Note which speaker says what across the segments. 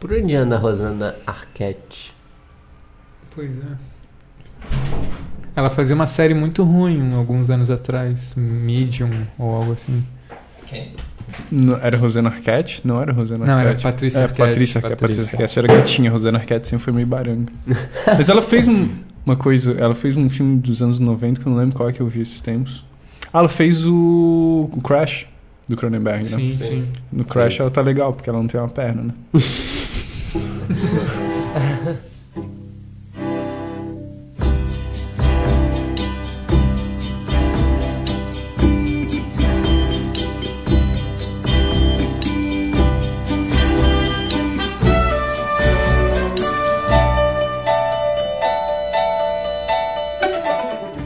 Speaker 1: Por onde anda a Rosana Arquette?
Speaker 2: Pois é. Ela fazia uma série muito ruim alguns anos atrás, Medium ou algo assim.
Speaker 1: Quem?
Speaker 3: Não, era Rosana Arquette? Não era Rosana
Speaker 2: Não, era
Speaker 3: Arquette.
Speaker 2: Patrícia
Speaker 3: é,
Speaker 2: Arquette,
Speaker 3: Patrícia Arquette. Patrícia
Speaker 2: Patrícia.
Speaker 3: Arquette era gatinha. Rosana Arquette sempre foi meio baranga. Mas ela fez um- uma coisa... Ela fez um filme dos anos 90 que eu não lembro qual é que eu vi esses tempos. Ah, ela fez o, o Crash do Cronenberg, né?
Speaker 2: Sim, sim.
Speaker 1: Sim.
Speaker 3: No Crash
Speaker 1: Sim.
Speaker 3: ela tá legal, porque ela não tem uma perna, né?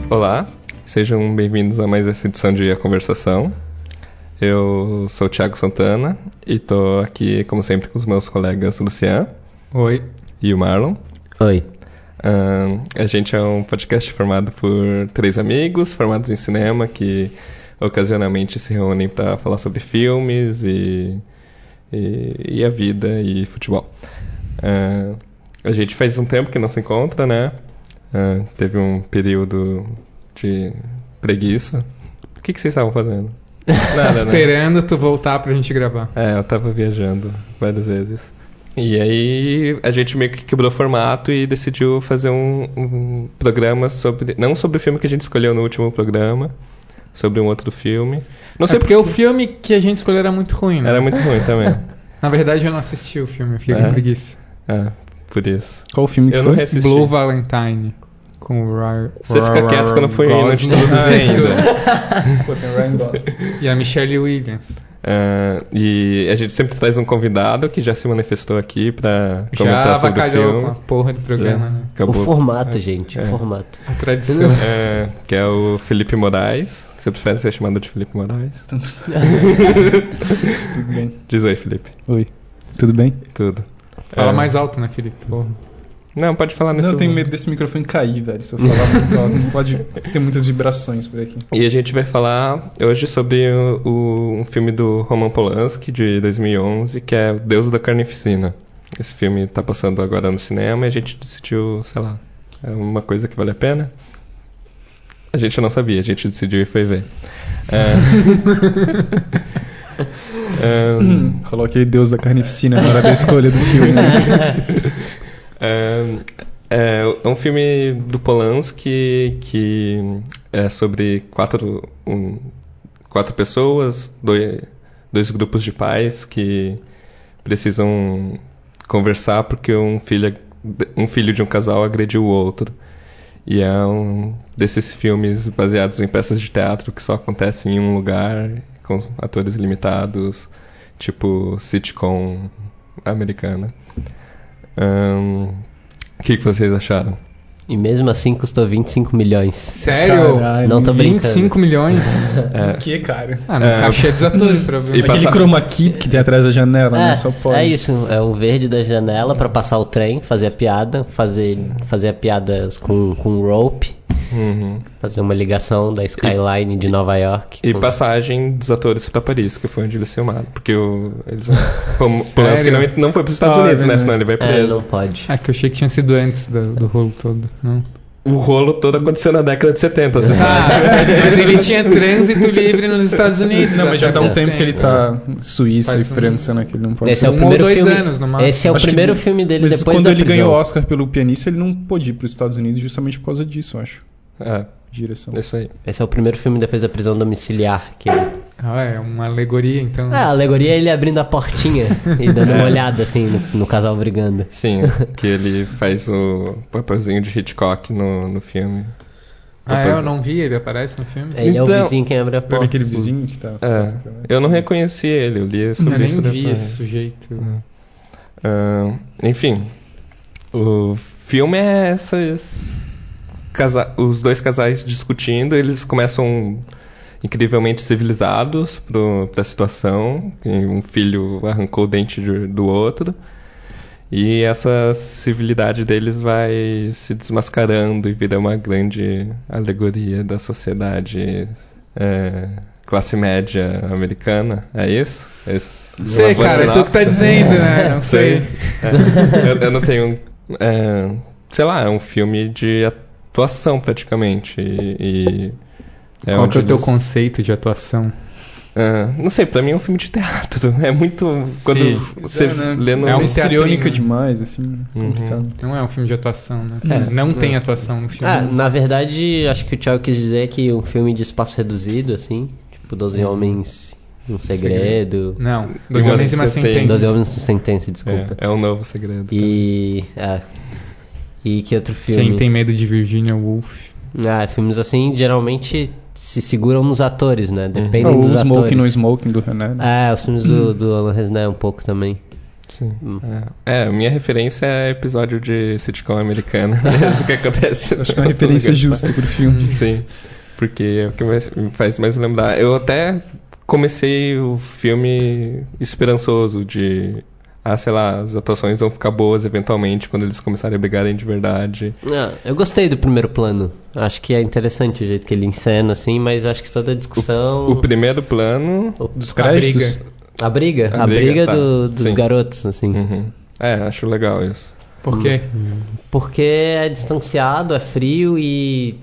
Speaker 4: Olá, sejam bem-vindos a mais essa edição de A Conversação. Eu sou o Thiago Santana e tô aqui, como sempre, com os meus colegas Lucian
Speaker 2: Oi.
Speaker 4: e o Marlon.
Speaker 1: Oi.
Speaker 4: Ahn, a gente é um podcast formado por três amigos formados em cinema que ocasionalmente se reúnem para falar sobre filmes e, e, e a vida e futebol. Ahn, a gente faz um tempo que não se encontra, né? Ahn, teve um período de preguiça. O que, que vocês estavam fazendo? Nada,
Speaker 2: Tá
Speaker 4: né?
Speaker 2: Esperando tu voltar pra gente gravar.
Speaker 4: é, eu tava viajando várias vezes. E aí a gente meio que quebrou o formato e decidiu fazer um, um programa sobre. Não sobre o filme que a gente escolheu no último programa, sobre um outro filme. Não sei
Speaker 2: é porque o filme que a gente escolheu era muito ruim, né?
Speaker 4: Era muito ruim também.
Speaker 2: Na verdade, eu não assisti o filme, eu fiquei com
Speaker 4: É?
Speaker 2: preguiça.
Speaker 4: é, por isso.
Speaker 3: Qual o filme que
Speaker 4: Eu não
Speaker 3: foi?
Speaker 4: recebi. Assisti.
Speaker 2: Blue Valentine. Com o Ryan.
Speaker 4: Você fica quieto que eu não fui no de né? todos ainda.
Speaker 2: E a Michelle Williams.
Speaker 4: Ah, e a gente sempre traz um convidado que já se manifestou aqui pra
Speaker 2: Já
Speaker 4: comentar tá sobre o
Speaker 2: avacalhou
Speaker 4: filme.
Speaker 2: com a porra do programa, né?
Speaker 4: Acabou.
Speaker 1: O formato, gente,
Speaker 4: É.
Speaker 1: o formato.
Speaker 2: A tradição.
Speaker 4: É, que é o Felipe Moraes. Você prefere ser chamado de Felipe Moraes?
Speaker 3: Tudo bem.
Speaker 4: Diz aí, Felipe.
Speaker 3: Oi. Tudo bem?
Speaker 4: Tudo.
Speaker 2: Fala
Speaker 4: É.
Speaker 2: mais alto, né, Felipe? Porra.
Speaker 4: Não, pode falar né, nesse
Speaker 3: Não, eu tenho
Speaker 4: momento.
Speaker 3: medo desse microfone cair, velho. Se eu falar muito alto, não pode ter muitas vibrações por aqui.
Speaker 4: E a gente vai falar hoje sobre o, o- um filme do Roman Polanski de 2011, que é O Deus da Carnificina. Esse filme tá passando agora no cinema e a gente decidiu, sei lá, é uma coisa que vale a pena. A gente não sabia, a gente decidiu e foi ver. É... É,
Speaker 3: Hum, Coloquei Deus da Carnificina na hora da escolha do filme. né?
Speaker 4: É, é, é um filme do Polanski que é sobre quatro, um, quatro pessoas, dois, dois grupos de pais que precisam conversar porque um filho, um filho de um casal agrediu o outro. E é um desses filmes baseados em peças de teatro que só acontecem em um lugar, com atores limitados, tipo sitcom americana. Ahn, O que, que vocês acharam?
Speaker 1: E mesmo assim custou 25 milhões.
Speaker 2: Sério?
Speaker 3: Caralho.
Speaker 1: Não tô brincando.
Speaker 2: 25 milhões?
Speaker 3: Que, cara?
Speaker 2: Ah, no
Speaker 4: É.
Speaker 2: cachê dos atores, provavelmente.
Speaker 4: E
Speaker 3: Aquele
Speaker 4: passar-
Speaker 3: chroma key que tem atrás da janela, né?
Speaker 1: É,
Speaker 3: Só pode.
Speaker 1: é isso, é o verde da janela pra passar o trem, fazer a piada, fazer, fazer a piada com, com rope,
Speaker 4: Uhum.
Speaker 1: fazer uma ligação da skyline de Nova York.
Speaker 4: E
Speaker 1: com-
Speaker 4: passagem dos atores pra Paris, que foi onde eles filmaram. Porque o, eles, como o Polanski não, não foi pros Estados
Speaker 3: Ah, é
Speaker 4: Unidos, né?
Speaker 3: verdade.
Speaker 4: Senão ele vai
Speaker 1: É,
Speaker 4: preso.
Speaker 1: não pode.
Speaker 2: Ah, que eu achei que tinha sido antes do, do rolo todo. Não.
Speaker 4: o rolo todo aconteceu na década de 70, você sabe?
Speaker 2: Ah, mas ele tinha trânsito livre nos Estados Unidos.
Speaker 3: Não, mas já tá um
Speaker 1: É.
Speaker 3: tempo que ele tá Suíça
Speaker 2: Faz
Speaker 3: e
Speaker 2: um-
Speaker 3: França, né? Que ele não pode
Speaker 1: Esse
Speaker 3: ser.
Speaker 1: é o
Speaker 2: um
Speaker 1: primeiro
Speaker 2: ou dois
Speaker 1: filme,
Speaker 2: anos, no máximo.
Speaker 1: Esse é o
Speaker 3: Acho que-
Speaker 1: primeiro filme dele
Speaker 3: Mas
Speaker 1: depois
Speaker 3: quando
Speaker 1: da
Speaker 3: ele
Speaker 1: prisão.
Speaker 3: ganhou o Oscar pelo pianista, ele não pôde ir pros Estados Unidos justamente por causa disso, eu acho.
Speaker 4: É,
Speaker 3: Direção.
Speaker 4: isso aí.
Speaker 1: Esse é o primeiro filme depois da prisão domiciliar que ele
Speaker 2: Ah, é uma alegoria, então.
Speaker 1: Ah, a alegoria é ele abrindo a portinha e dando
Speaker 3: É.
Speaker 1: uma olhada assim no, no casal brigando.
Speaker 4: Sim, que ele faz o papelzinho de Hitchcock no, no filme.
Speaker 2: Ah, é,
Speaker 4: Depois-
Speaker 2: eu não vi, ele aparece no filme.
Speaker 1: Ele é o
Speaker 4: Então-
Speaker 1: vizinho que abre a porta.
Speaker 3: Olha aquele
Speaker 1: assim.
Speaker 3: vizinho que tá.
Speaker 4: É, eu não reconheci ele, eu li sobre
Speaker 2: eu nem
Speaker 4: isso
Speaker 2: vi
Speaker 4: depois.
Speaker 2: esse sujeito.
Speaker 4: Ahn, Ah, enfim, o filme é essas casa- os dois casais discutindo, eles começam incrivelmente civilizados para a situação, que um filho arrancou o dente de- do outro e essa civilidade deles vai se desmascarando e vira uma grande alegoria da sociedade é, classe média americana. É isso? É isso?
Speaker 2: Não sei,
Speaker 4: Uma boa
Speaker 2: cara, é tu que tá
Speaker 4: sinopse?
Speaker 2: dizendo, né? Não
Speaker 4: sei.
Speaker 2: sei.
Speaker 4: É. Eu, eu não tenho. é, sei lá, é um filme de atuação praticamente. E. e é
Speaker 2: Qual
Speaker 4: onde
Speaker 2: que é o teu
Speaker 4: eles-
Speaker 2: conceito de atuação?
Speaker 4: Ah, não sei, pra mim é um filme de teatro. É muito. Quando
Speaker 2: Sim,
Speaker 4: você
Speaker 3: é, né?
Speaker 4: lê no.
Speaker 2: É
Speaker 3: É
Speaker 2: um
Speaker 3: uma
Speaker 2: teatrinho.
Speaker 3: histriônica demais, assim,
Speaker 4: Uhum.
Speaker 3: complicado.
Speaker 2: Não é um filme de atuação, né? não tem atuação no filme.
Speaker 1: É. Ah, na verdade, acho que o Thiago quis dizer que um filme de espaço reduzido, assim, tipo 12 Homens e um Segredo.
Speaker 2: Não, Doze Homens e uma
Speaker 4: Você tem
Speaker 2: Sentença.
Speaker 1: 12 Homens e Sentença, desculpa.
Speaker 4: É, é um novo segredo.
Speaker 1: E. ah, e que outro filme?
Speaker 2: Quem tem medo de Virginia Woolf?
Speaker 1: Ah, filmes assim geralmente se seguram nos atores, né? Dependem
Speaker 3: Ah, o
Speaker 1: dos
Speaker 3: Smoking
Speaker 1: atores.
Speaker 3: no Smoking do René. né?
Speaker 1: Ah, os filmes do, do Alan Resnais um pouco também.
Speaker 4: Sim.
Speaker 1: Hum.
Speaker 4: É, é, minha referência é episódio de sitcom americana. É isso que acontece.
Speaker 1: Ah.
Speaker 3: Acho que é uma referência justa pro
Speaker 1: Uhum.
Speaker 3: filme.
Speaker 4: Sim, porque é o que mais- me faz mais lembrar. Eu até comecei o filme esperançoso de... Ah, sei lá, as atuações vão ficar boas eventualmente quando eles começarem a brigarem de verdade.
Speaker 1: Ah, eu gostei do primeiro plano. Acho que é interessante o jeito que ele encena, assim, mas acho que toda a discussão.
Speaker 4: O primeiro plano...
Speaker 1: dos
Speaker 3: créditos?
Speaker 1: A briga? A,
Speaker 4: A
Speaker 1: briga,
Speaker 4: briga, tá.
Speaker 1: do- dos
Speaker 4: Sim.
Speaker 1: garotos, assim.
Speaker 4: Uhum. É, acho legal isso.
Speaker 2: Por quê?
Speaker 1: Porque é distanciado, é frio e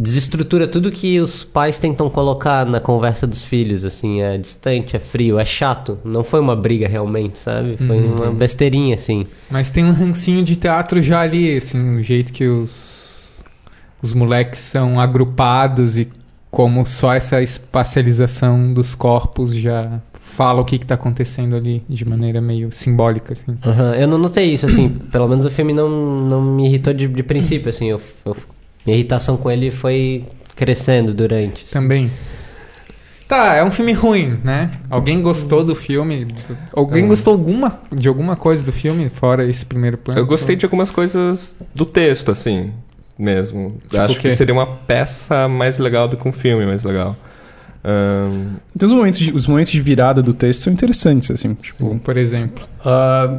Speaker 1: desestrutura tudo que os pais tentam colocar na conversa dos filhos, assim, é distante, é frio, é chato. Não foi uma briga realmente, sabe? Foi
Speaker 2: Uhum.
Speaker 1: uma besteirinha, assim.
Speaker 2: Mas tem um rancinho de teatro já ali, assim, o jeito que os, os moleques são agrupados e como só essa espacialização dos corpos já fala o que, que tá acontecendo ali de maneira meio simbólica, assim.
Speaker 1: Aham, Eu não notei isso, assim, pelo menos o filme não, não me irritou de, de princípio, assim, eu, eu- minha irritação com ele foi crescendo durante.
Speaker 2: Também. Tá, é um filme ruim, né? Alguém gostou do filme? Alguém
Speaker 4: É.
Speaker 2: gostou alguma, de alguma coisa do filme, fora esse primeiro plano?
Speaker 4: Eu gostei de algumas coisas do texto, assim, mesmo.
Speaker 2: Tipo o
Speaker 4: Acho
Speaker 2: quê?
Speaker 4: que seria uma peça mais legal do que um filme mais legal. Ahn,
Speaker 3: Então os momentos, de, os momentos de virada do texto são interessantes, assim, tipo...
Speaker 2: Por exemplo.
Speaker 3: ah,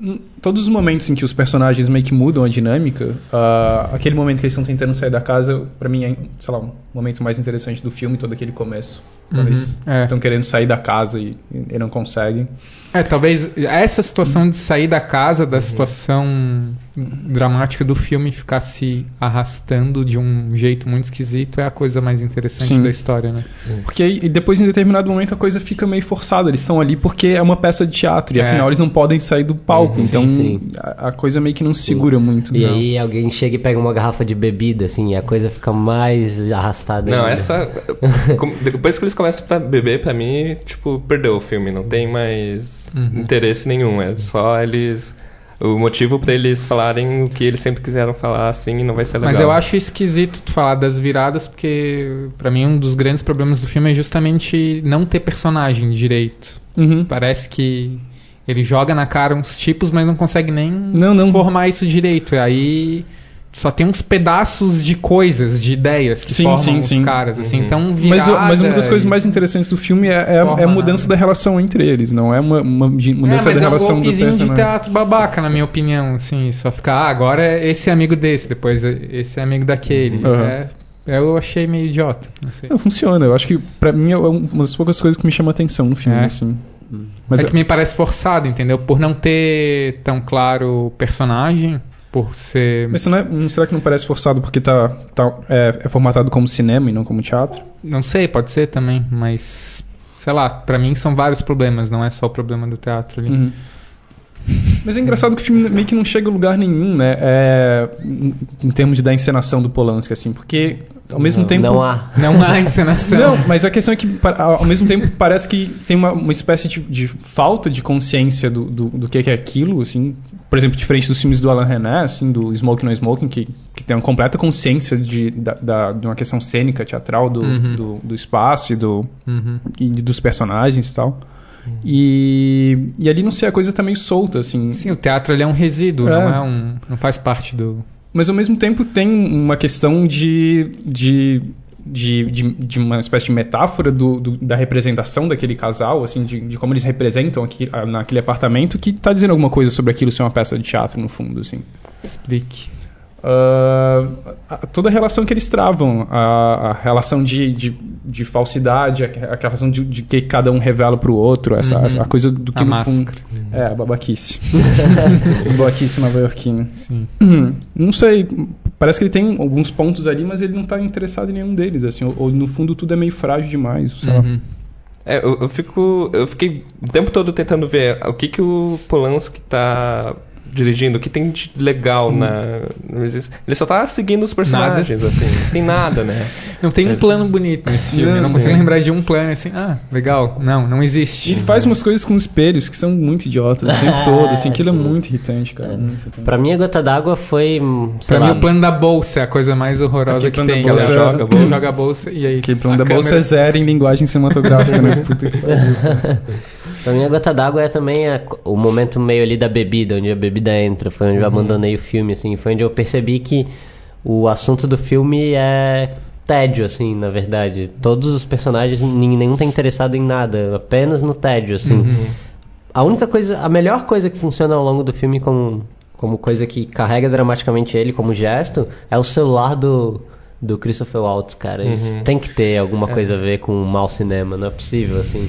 Speaker 3: n- todos os momentos em que os personagens meio que mudam a dinâmica, ah, aquele momento que eles estão tentando sair da casa, pra mim é, sei lá, um momento mais interessante do filme, todo aquele começo. Quando eles
Speaker 2: Uhum, é.
Speaker 3: estão querendo sair da casa e, e não conseguem.
Speaker 2: É, talvez essa situação de sair da casa, da situação dramática do filme ficar se arrastando de um jeito muito esquisito é a coisa mais interessante
Speaker 3: Sim.
Speaker 2: da história, né?
Speaker 1: Uhum.
Speaker 3: Porque aí- e depois, em determinado momento, a coisa fica meio forçada. Eles estão ali porque é uma peça de teatro. E
Speaker 2: É.
Speaker 3: afinal, eles não podem sair do palco.
Speaker 1: Sim,
Speaker 3: então,
Speaker 1: sim.
Speaker 3: A, a coisa meio que não se segura muito.
Speaker 1: E
Speaker 3: não.
Speaker 1: aí alguém chega e pega uma garrafa de bebida, assim, e a coisa fica mais arrastada
Speaker 4: Não,
Speaker 1: ainda.
Speaker 4: essa. com- Depois que eles começam a beber, pra mim, tipo, perdeu o filme. Não tem mais
Speaker 3: Uhum.
Speaker 4: interesse nenhum. É só eles. O motivo pra eles falarem o que eles sempre quiseram falar, assim, e não vai ser legal.
Speaker 2: Mas eu acho esquisito tu falar das viradas, porque pra mim um dos grandes problemas do filme é justamente não ter personagem direito.
Speaker 3: Uhum.
Speaker 2: Parece que ele joga na cara uns tipos, mas não consegue nem
Speaker 3: Não, não.
Speaker 2: formar isso direito. E aí só tem uns pedaços de coisas, de ideias que
Speaker 3: Sim,
Speaker 2: formam
Speaker 3: sim,
Speaker 2: os
Speaker 3: sim.
Speaker 2: caras. Assim,
Speaker 4: Uhum.
Speaker 2: então virada,
Speaker 3: Mas, eu- mas uma das coisas mais interessantes do filme é, é- é
Speaker 2: Forma,
Speaker 3: a mudança
Speaker 2: né?
Speaker 3: da relação entre eles, não é uma, uma de-
Speaker 2: é, mas
Speaker 3: mudança da
Speaker 2: é um
Speaker 3: relação do né?
Speaker 2: golpezinho de
Speaker 3: personagem.
Speaker 2: teatro babaca, na minha opinião, assim, só ficar, ah, agora é esse amigo desse, depois é esse amigo daquele.
Speaker 3: Uhum.
Speaker 2: É, eu achei meio idiota, não sei.
Speaker 3: Não, funciona. Eu acho que, pra mim, é uma das poucas coisas que me chama atenção no filme,
Speaker 2: É.
Speaker 3: assim.
Speaker 2: Mas
Speaker 3: Mas
Speaker 2: é que me parece forçado, entendeu? Por não ter tão claro o personagem, por ser.
Speaker 3: mas isso não é- não- será que não parece forçado porque tá, tá- é, é formatado como cinema e não como teatro?
Speaker 2: Não sei, pode ser também, mas. Sei lá, pra mim são vários problemas, não é só o problema do teatro
Speaker 3: Uhum.
Speaker 2: ali.
Speaker 3: Mas é engraçado que o filme meio que não chega a lugar nenhum, né? É, em em termos de da encenação do Polanski, assim, porque ao mesmo
Speaker 1: não,
Speaker 3: tempo.
Speaker 1: Não há.
Speaker 2: Não há encenação.
Speaker 3: Não, mas a questão é que, pa- ao mesmo tempo, parece que tem uma, uma espécie de, de falta de consciência do, do, do que que é aquilo, assim. Por exemplo, diferente dos filmes do Alan René, assim, do Smoking No Smoking, que, que tem uma completa consciência de, da, da- de uma questão cênica, teatral, do,
Speaker 2: Uhum.
Speaker 3: do, do espaço e, do,
Speaker 2: Uhum.
Speaker 3: e dos personagens e tal. E, e ali, não sei, a coisa tá meio solta, assim.
Speaker 2: Sim, o teatro ele é um resíduo,
Speaker 3: É.
Speaker 2: não é um. não faz parte do.
Speaker 3: Mas ao mesmo tempo tem uma questão de. de de, de, de uma espécie de metáfora do, do- da representação daquele casal, assim, de, de como eles representam aqui, ah, naquele apartamento, que tá dizendo alguma coisa sobre aquilo ser uma peça de teatro, no fundo, assim.
Speaker 2: Explique.
Speaker 3: ah, a- toda a relação que eles travam, a, a relação de, de, de falsidade, a, a relação de, de que cada um revela pro outro, essa,
Speaker 2: Uhum.
Speaker 3: essa- a coisa do que
Speaker 2: A
Speaker 3: no
Speaker 2: máscara.
Speaker 3: fundo. É, a babaquice. babaquice nova-iorquina.
Speaker 2: Sim.
Speaker 3: Hum, Não sei, parece que ele tem alguns pontos ali, mas ele não tá interessado em nenhum deles, assim, ou, ou no fundo tudo é meio frágil demais, sei lá.
Speaker 2: Uhum.
Speaker 4: É, eu, eu fico. Eu fiquei o tempo todo tentando ver o que, que o Polanski tá dirigindo, o que tem de legal
Speaker 3: Uhum.
Speaker 4: na. Ele só tá seguindo os personagens, assim. Não tem nada, né?
Speaker 2: Não tem um plano bonito nesse filme.
Speaker 3: Não,
Speaker 2: Não, não consigo
Speaker 4: sim.
Speaker 2: lembrar de um plano assim. Ah, legal. Não, não
Speaker 3: E
Speaker 2: existe.
Speaker 3: ele faz umas coisas com espelhos que são muito idiotas o tempo todo, assim, aquilo
Speaker 1: Sim.
Speaker 3: é muito irritante, cara. Muito irritante.
Speaker 1: Pra mim, a gota d'água foi. hum, Sei
Speaker 2: Pra mim,
Speaker 1: lá,
Speaker 2: o plano da bolsa é a coisa mais horrorosa
Speaker 3: Aquele
Speaker 2: que
Speaker 3: plano da
Speaker 2: tem. que Ela
Speaker 3: bolsa-
Speaker 2: joga, a bolsa, joga a bolsa e aí.
Speaker 3: Que plano
Speaker 2: a
Speaker 3: da bolsa é
Speaker 2: câmera-
Speaker 3: zero em linguagem cinematográfica, né? Puta que pariu.
Speaker 1: Pra mim, a gota d'água é também a- o momento meio ali da bebida, onde a bebida entra. Foi onde eu abandonei o filme, assim. Foi onde eu percebi que o assunto do filme é tédio, assim, na verdade. Todos os personagens, nin- nenhum tá interessado em nada, apenas no tédio, assim. A única coisa, a melhor coisa que funciona ao longo do filme como, como coisa que carrega dramaticamente ele como gesto é o celular do, do Christopher Waltz, cara. Isso tem que ter alguma coisa a ver com o mau cinema, não é possível, assim.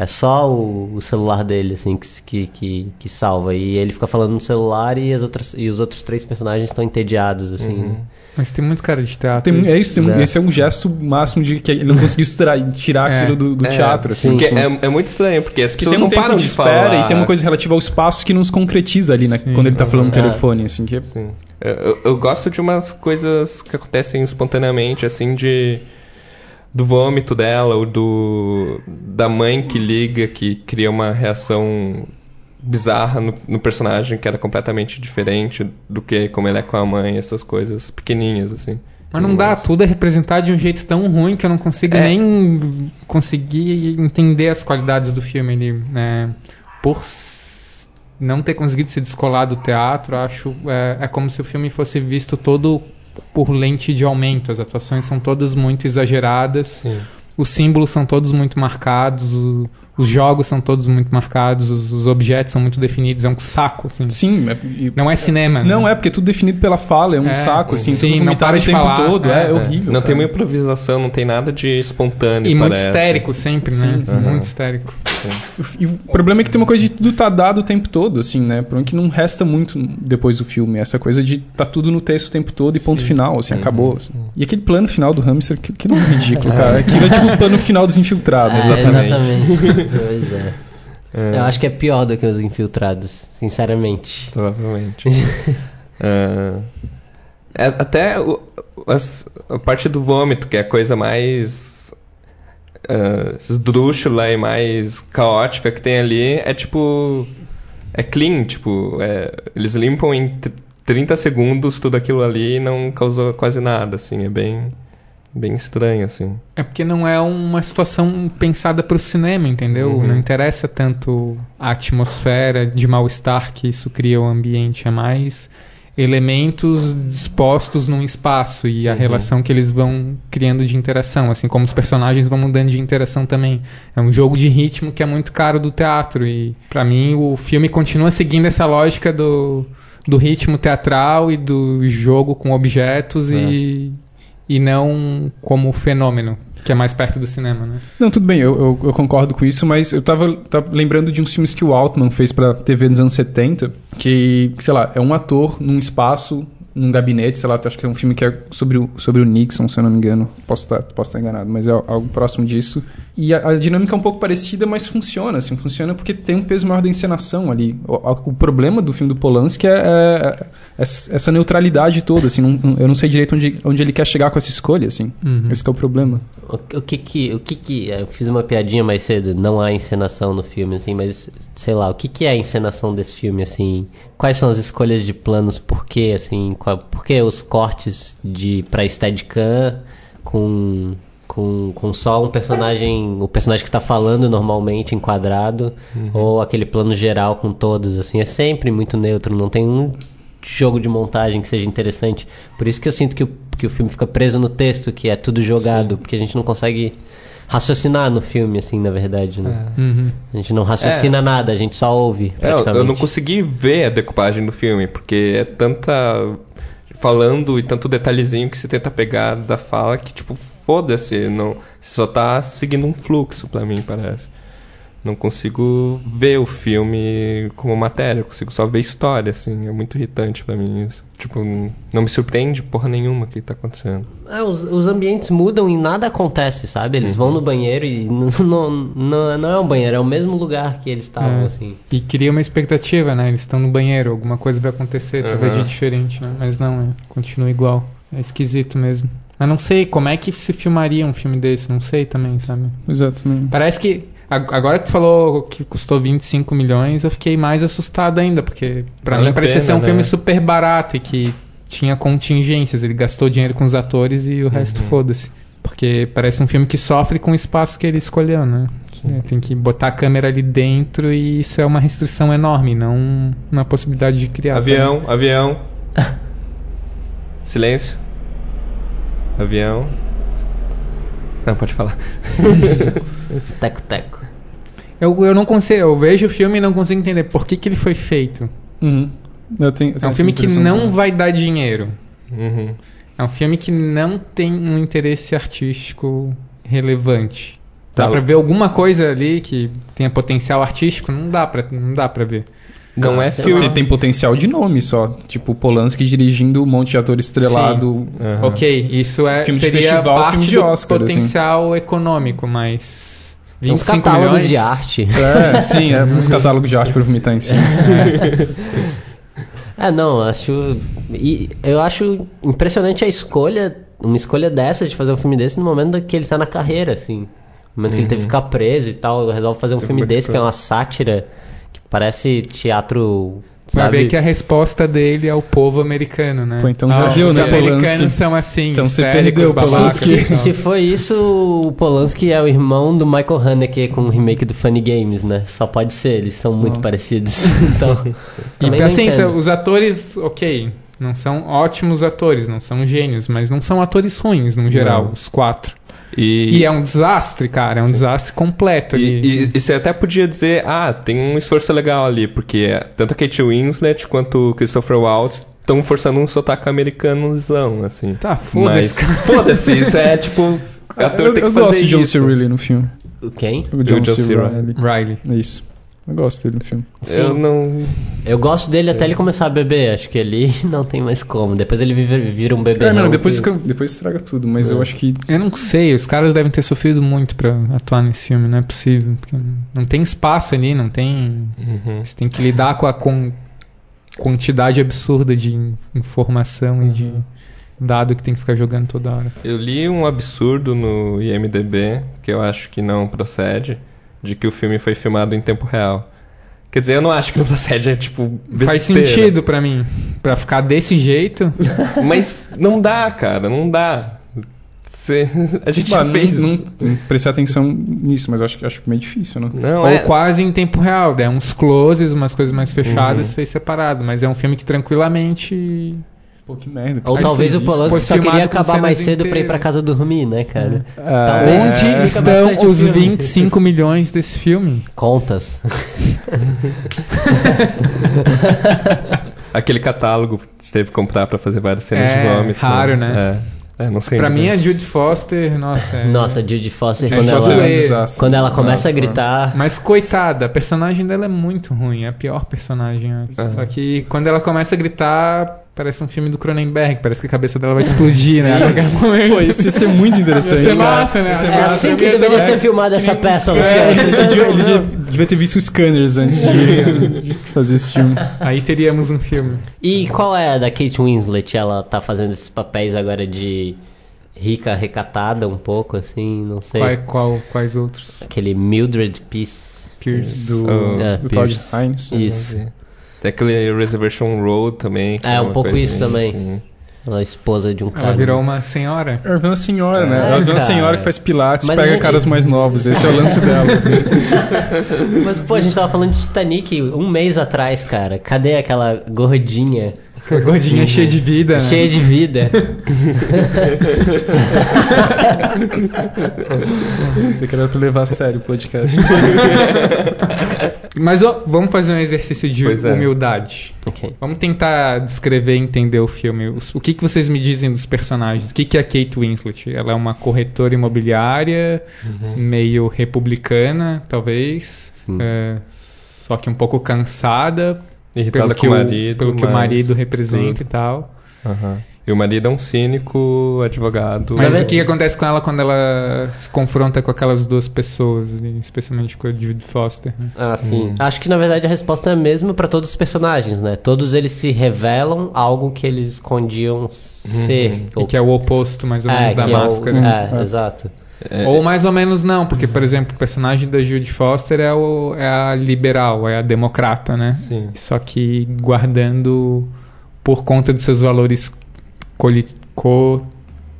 Speaker 1: É só o, o celular dele, assim, que, se- que, que, que salva. E ele fica falando no celular e, as outras, e os outros três personagens estão entediados, assim. né?
Speaker 2: Mas tem muito cara de teatro.
Speaker 3: Tem mu- é isso, tem mu-
Speaker 1: É.
Speaker 3: esse é um gesto máximo de que ele não conseguiu extrair- tirar
Speaker 2: É.
Speaker 3: aquilo do, do
Speaker 4: É,
Speaker 3: teatro, assim.
Speaker 4: Porque
Speaker 1: sim.
Speaker 4: É, é muito estranho, porque as
Speaker 3: Que
Speaker 4: pessoas
Speaker 3: tem um
Speaker 4: não param
Speaker 3: tempo de
Speaker 4: de
Speaker 3: espera
Speaker 4: falar. né?
Speaker 3: e tem uma coisa relativa ao espaço que não se concretiza ali, né? Quando ele tá falando no
Speaker 1: É.
Speaker 3: telefone, assim, que é
Speaker 4: Sim. Eu- Eu, eu gosto de umas coisas que acontecem espontaneamente, assim, de do vômito dela ou do da mãe que liga, que cria uma reação bizarra no, no personagem que era completamente diferente do que como ele é com a mãe, essas coisas pequenininhas assim.
Speaker 2: Mas não dá, tudo é representado de um jeito tão ruim que eu não consigo
Speaker 4: É.
Speaker 2: nem conseguir entender as qualidades do filme. Ele, né, por s- não ter conseguido se descolar do teatro, acho é, é como se o filme fosse visto todo por lente de aumento. As atuações são todas muito exageradas, os símbolos são todos muito marcados, o- os jogos são todos muito marcados, os, os objetos são muito definidos. É um saco, assim.
Speaker 3: Sim, é- e-
Speaker 2: Não é cinema.
Speaker 3: não
Speaker 2: né?
Speaker 3: é porque é tudo definido pela fala, é um
Speaker 2: É,
Speaker 3: saco, assim,
Speaker 2: sim,
Speaker 3: tudo
Speaker 2: não
Speaker 3: vomitado
Speaker 2: para
Speaker 3: o
Speaker 2: de
Speaker 3: tempo
Speaker 2: falar,
Speaker 3: todo, é,
Speaker 2: é,
Speaker 3: é horrível.
Speaker 4: Não tem uma
Speaker 3: cara.
Speaker 4: improvisação, não tem nada de espontâneo,
Speaker 2: E muito
Speaker 4: parece.
Speaker 2: histérico sempre, né?
Speaker 3: Sim, sim.
Speaker 2: Muito histérico.
Speaker 3: E o problema é que tem uma coisa de tudo tá dado o tempo todo, assim, né? Por que não resta muito depois do filme. Essa coisa de tá tudo no texto o tempo todo e ponto final, assim, acabou. assim. E aquele plano final do hamster, que, que não é ridículo, cara. Aquilo é tipo o plano final dos infiltrados.
Speaker 1: É,
Speaker 3: assim.
Speaker 1: exatamente. pois é. Eu acho que é pior do que os infiltrados, sinceramente.
Speaker 4: Provavelmente. Ah, é, até o- as- a parte do vômito, que é a coisa mais ah, esdrúxula e mais caótica que tem ali, é tipo. É clean, tipo. é, eles limpam em tr- 30 segundos tudo aquilo ali e não causou quase nada, assim. É bem. Bem estranho, assim.
Speaker 2: É porque não é uma situação pensada para o cinema, entendeu?
Speaker 4: Uhum.
Speaker 2: Não interessa tanto a atmosfera de mal-estar que isso cria o ambiente, é mais elementos dispostos num espaço e a relação que eles vão criando de interação, assim como os personagens vão mudando de interação também. É um jogo de ritmo que é muito caro do teatro e para mim o filme continua seguindo essa lógica do do ritmo teatral e do jogo com objetos e e não como fenômeno, que é mais perto do cinema, né?
Speaker 3: Não, tudo bem, eu, eu- eu concordo com isso, mas eu tava, tava lembrando de uns filmes que o Altman fez pra TV dos anos 70, que, sei lá, é um ator num espaço, num gabinete, sei lá, acho que é um filme que é sobre o, sobre o Nixon, se eu não me engano, posso estar posso tá enganado, mas é algo próximo disso. E a, a dinâmica é um pouco parecida, mas funciona, assim, funciona porque tem um peso maior da encenação ali. O, a- o problema do filme do Polanski é, é- é essa neutralidade toda, assim, não- não- eu não sei direito onde, onde ele quer chegar com essa escolha, assim,
Speaker 2: Uhum.
Speaker 3: esse que é o problema.
Speaker 1: O, o que que, o que que, é, eu fiz uma piadinha mais cedo, não há encenação no filme, assim, mas sei lá, o que que é a encenação desse filme, assim, quais são as escolhas de planos, por que, assim, qual- por que os cortes de, pra Steadicam com, com, com só um personagem, o personagem que tá falando normalmente, enquadrado, ou aquele plano geral com todos, assim, é sempre muito neutro, não tem um jogo de montagem que seja interessante. Por isso que eu sinto que o, que o filme fica preso no texto, que é tudo jogado, porque a gente não consegue raciocinar no filme, assim, na verdade, né?
Speaker 2: Uhum.
Speaker 1: A gente não
Speaker 2: É.
Speaker 1: raciocina nada, a gente só ouve,
Speaker 4: É, eu-
Speaker 1: praticamente.
Speaker 4: eu não consegui ver a decupagem do filme, porque é tanta falando e tanto detalhezinho que você tenta pegar da fala que, tipo, foda-se, não, só tá seguindo um fluxo pra mim, parece. Não consigo ver o filme como matéria, eu consigo só ver história, assim, é muito irritante pra mim isso. Tipo, não me surpreende porra nenhuma o que tá acontecendo.
Speaker 1: É, os, os ambientes mudam e nada acontece, sabe? Eles vão
Speaker 2: Uhum.
Speaker 1: no banheiro e n- não, não, não é um banheiro, é o mesmo lugar que eles estavam,
Speaker 2: É.
Speaker 1: assim.
Speaker 2: E cria uma expectativa, né? Eles estão no banheiro, alguma coisa vai acontecer, talvez
Speaker 4: Aham.
Speaker 2: de diferente, né? Mas não, é, continua igual. É esquisito mesmo. Mas não sei, como é que se filmaria um filme desse? Não sei também, sabe?
Speaker 3: Exatamente.
Speaker 2: Parece que. ag- Agora que tu falou que custou 25 milhões, eu fiquei mais assustado ainda, porque pra
Speaker 4: Vale
Speaker 2: mim
Speaker 4: a
Speaker 2: parecia
Speaker 4: pena,
Speaker 2: ser um
Speaker 4: né?
Speaker 2: filme super barato e que tinha contingências. Ele gastou dinheiro com os atores e
Speaker 4: Uhum.
Speaker 2: o resto foda-se. Porque parece um filme que sofre com o espaço que ele escolheu, né? É, Tem que botar a câmera ali dentro e isso é uma restrição enorme, não uma possibilidade de criar.
Speaker 4: Avião, avião. Silêncio. Avião. Não, pode falar.
Speaker 1: Teco-teco.
Speaker 2: Eu, eu não consigo, eu vejo o filme e não consigo entender por que, que ele foi feito.
Speaker 3: Uhum. Eu tenho, eu
Speaker 2: É
Speaker 3: tenho
Speaker 2: um filme
Speaker 3: essa
Speaker 2: que
Speaker 3: impressão
Speaker 2: não
Speaker 3: também.
Speaker 2: vai dar dinheiro.
Speaker 4: Uhum.
Speaker 2: É um filme que não tem um interesse artístico relevante. Dá
Speaker 4: Tá.
Speaker 2: pra ver alguma coisa ali que tenha potencial artístico? Não dá pra, não dá pra ver.
Speaker 4: Não é
Speaker 1: Sei
Speaker 4: filme.
Speaker 3: Porque tem potencial de nome só. Tipo, Polanski dirigindo um monte de ator estrelado.
Speaker 4: Aham.
Speaker 2: Ok, isso é,
Speaker 3: Filme de
Speaker 2: seria
Speaker 3: festival,
Speaker 2: parte
Speaker 3: filme de
Speaker 2: do
Speaker 3: Oscar, assim.
Speaker 2: potencial econômico, mas...
Speaker 1: É Uns
Speaker 2: 25
Speaker 1: catálogos
Speaker 2: milhões
Speaker 1: de arte.
Speaker 3: É, sim, é uns catálogos de arte pra vomitar em cima.
Speaker 1: Ah, não, acho. E eu acho impressionante a escolha, uma escolha dessa de fazer um filme desse no momento que ele tá na carreira, assim. No momento que ele teve que ficar preso e tal, resolve fazer um filme
Speaker 4: muita
Speaker 1: desse que é
Speaker 4: coisa.
Speaker 1: uma sátira que parece teatro.
Speaker 2: Vai
Speaker 1: Sabe?
Speaker 2: ver é que a resposta dele é o povo americano, né?
Speaker 3: Pô, então já
Speaker 2: Ah,
Speaker 3: viu,
Speaker 2: os
Speaker 3: né, Polanski?
Speaker 2: americanos são assim,
Speaker 3: Então você
Speaker 2: histéricos,
Speaker 3: perdeu,
Speaker 2: babacas então.
Speaker 3: Polanski.
Speaker 2: e tal.
Speaker 1: Se foi isso, o Polanski é o irmão do Michael Haneke com o remake do Funny Games, né? Só pode ser, eles são muito parecidos. Então.
Speaker 2: E
Speaker 1: também não
Speaker 2: assim,
Speaker 1: entendo.
Speaker 2: os atores, ok, não são ótimos atores, não são gênios, mas não são atores ruins, no geral,
Speaker 4: Não.
Speaker 2: os quatro.
Speaker 4: E,
Speaker 2: E, é um desastre, cara, é um desastre completo. ali.
Speaker 4: E, e- e você até podia dizer, ah, tem um esforço legal ali, porque tanto a Kate Winslet quanto o Christopher Waltz estão forçando um sotaque americanozão, assim.
Speaker 2: Tá, foda-se,
Speaker 4: Mas, Foda-se, isso é tipo. Ator
Speaker 3: eu
Speaker 4: tem que
Speaker 3: eu
Speaker 4: fazer
Speaker 3: gosto de um John
Speaker 4: isso.
Speaker 3: C. Reilly no filme.
Speaker 1: Quem?
Speaker 3: O John
Speaker 4: John
Speaker 3: C.
Speaker 4: C.
Speaker 3: Reilly.
Speaker 2: Riley.
Speaker 3: É isso. Eu gosto dele no filme.
Speaker 4: Eu não.
Speaker 1: Eu gosto dele até ele começar a beber, acho que ele não tem mais como. Depois ele vira, vira um bebê.
Speaker 3: É, não, depois, fica- depois estraga tudo, mas eu acho que.
Speaker 2: Eu não sei, os caras devem ter sofrido muito pra atuar nesse filme, não é possível. porque Não tem espaço ali, não tem.
Speaker 4: Uhum.
Speaker 2: Você tem que lidar com a con- quantidade absurda de in- informação e de dado que tem que ficar jogando toda hora.
Speaker 4: Eu li um absurdo no IMDB, que eu acho que não procede, de que o filme foi filmado em tempo real. Quer dizer, eu não acho que não procede, é tipo.
Speaker 2: Faz
Speaker 4: besteira.
Speaker 2: sentido pra mim. Pra ficar desse jeito.
Speaker 4: Mas não dá, cara, não dá. Você- A gente
Speaker 3: Bah, não,
Speaker 4: fez.
Speaker 3: não, não prestei atenção nisso, mas eu acho, que- acho meio difícil, né?
Speaker 4: Não,
Speaker 2: Ou
Speaker 4: é.
Speaker 2: quase em tempo real, né? Uns closes, umas coisas mais
Speaker 1: Uhum.
Speaker 2: fechadas, fez separado. Mas é um filme que tranquilamente.
Speaker 3: Pô, que merda.
Speaker 1: Ou
Speaker 3: Aí
Speaker 1: talvez o
Speaker 3: vocês
Speaker 1: Polanski
Speaker 2: Foi
Speaker 1: só queria
Speaker 2: filmado com
Speaker 1: acabar mais
Speaker 2: cenas É.
Speaker 1: cedo pra ir pra
Speaker 2: inteiras.
Speaker 1: casa dormir, né, cara?
Speaker 3: Ah,
Speaker 1: Talvez
Speaker 2: Onde
Speaker 1: explica bastante
Speaker 2: estão
Speaker 1: o
Speaker 2: os
Speaker 1: filme.
Speaker 2: 25 milhões desse filme?
Speaker 1: Contas.
Speaker 4: Aquele catálogo que teve que comprar pra fazer várias cenas
Speaker 2: É,
Speaker 4: de vômito.
Speaker 2: raro, né?
Speaker 4: É, É, não sei.
Speaker 2: Pra
Speaker 4: ainda.
Speaker 2: mim, a Jude Foster, nossa. é-
Speaker 1: Nossa, Judy Foster,
Speaker 3: Judy
Speaker 1: quando,
Speaker 3: Foster
Speaker 1: ela,
Speaker 3: é um desastre.
Speaker 1: quando ela começa
Speaker 3: Ah,
Speaker 1: a gritar.
Speaker 2: Mas coitada, a personagem dela é muito ruim, é a pior personagem. né? Só que quando ela começa a gritar, parece um filme do Cronenberg, parece que a cabeça dela vai explodir, né?
Speaker 3: Pô, isso ia ser muito interessante.
Speaker 2: Ia ser massa, né?
Speaker 3: Ia ser
Speaker 2: É
Speaker 1: É
Speaker 2: Nossa,
Speaker 1: assim
Speaker 2: eu
Speaker 1: que
Speaker 2: ia
Speaker 1: deveria
Speaker 2: dar-
Speaker 1: ser filmada essa peça,
Speaker 3: É,
Speaker 1: Luciano.
Speaker 3: ele devia, ele devia- devia ter visto os scanners antes de, de fazer esse filme.
Speaker 2: Aí teríamos um filme.
Speaker 1: E qual é a da Kate Winslet? Ela tá fazendo esses papéis agora de rica, recatada um pouco, assim, não sei.
Speaker 2: Qual, qual- quais outros?
Speaker 1: Aquele Mildred Pierce.
Speaker 2: Pierce.
Speaker 3: Do,
Speaker 4: Oh,
Speaker 1: é,
Speaker 3: do Todd
Speaker 1: Pierce.
Speaker 3: Hines. né?
Speaker 1: Isso.
Speaker 4: Tem aquele Reservation Road também. que
Speaker 1: É, um
Speaker 4: uma
Speaker 1: pouco
Speaker 4: coisa
Speaker 1: isso
Speaker 4: meio
Speaker 1: também.
Speaker 4: assim.
Speaker 1: Ela é esposa de um cara.
Speaker 2: Ela virou uma senhora.
Speaker 3: Ela virou uma senhora, né?
Speaker 1: É,
Speaker 3: Ela virou uma
Speaker 1: cara.
Speaker 3: senhora que faz pilates,
Speaker 1: Mas,
Speaker 3: pega
Speaker 1: gente-
Speaker 3: caras mais novos. Esse é o lance dela. assim.
Speaker 1: um Mas, pô, a gente tava falando de Titanic um mês atrás, cara. Cadê aquela gordinha
Speaker 2: A gordinha cheia de vida, né?
Speaker 1: Cheia de vida.
Speaker 3: assim. Você quer pra levar a sério o podcast.
Speaker 2: Mas ó, vamos fazer um exercício de
Speaker 4: Pois é.
Speaker 2: humildade.
Speaker 1: ok.
Speaker 2: Vamos tentar descrever e entender o filme. Os- O que, que vocês me dizem dos personagens? O que, que é a Kate Winslet? Ela é uma corretora imobiliária, meio republicana, talvez.
Speaker 1: Sim.
Speaker 2: é, só que um pouco cansada pelo,
Speaker 4: Irritada
Speaker 2: que
Speaker 4: com o
Speaker 2: o,
Speaker 4: marido.
Speaker 2: pelo que o
Speaker 4: mas
Speaker 2: marido representa e
Speaker 4: tudo.
Speaker 2: tal.
Speaker 4: Aham. E o marido é um cínico, advogado.
Speaker 2: Mas
Speaker 1: Mas
Speaker 2: o que acontece com ela quando ela se confronta com aquelas duas pessoas, e especialmente com o David Foster? né?
Speaker 1: Ah, sim.
Speaker 4: Hum.
Speaker 1: Acho que na verdade a resposta é a mesma pra todos os personagens, né? Todos eles se revelam algo que eles escondiam Uhum. ser.
Speaker 2: E que é o oposto, mais ou menos, da
Speaker 1: que é o-
Speaker 2: máscara. Uhum.
Speaker 1: é, exato.
Speaker 4: É,
Speaker 2: Ou mais ou menos não, porque, por exemplo, o personagem da Judy Foster é, o- é a liberal, é a democrata, né?
Speaker 4: Sim.
Speaker 2: Só que guardando por conta de seus valores coli-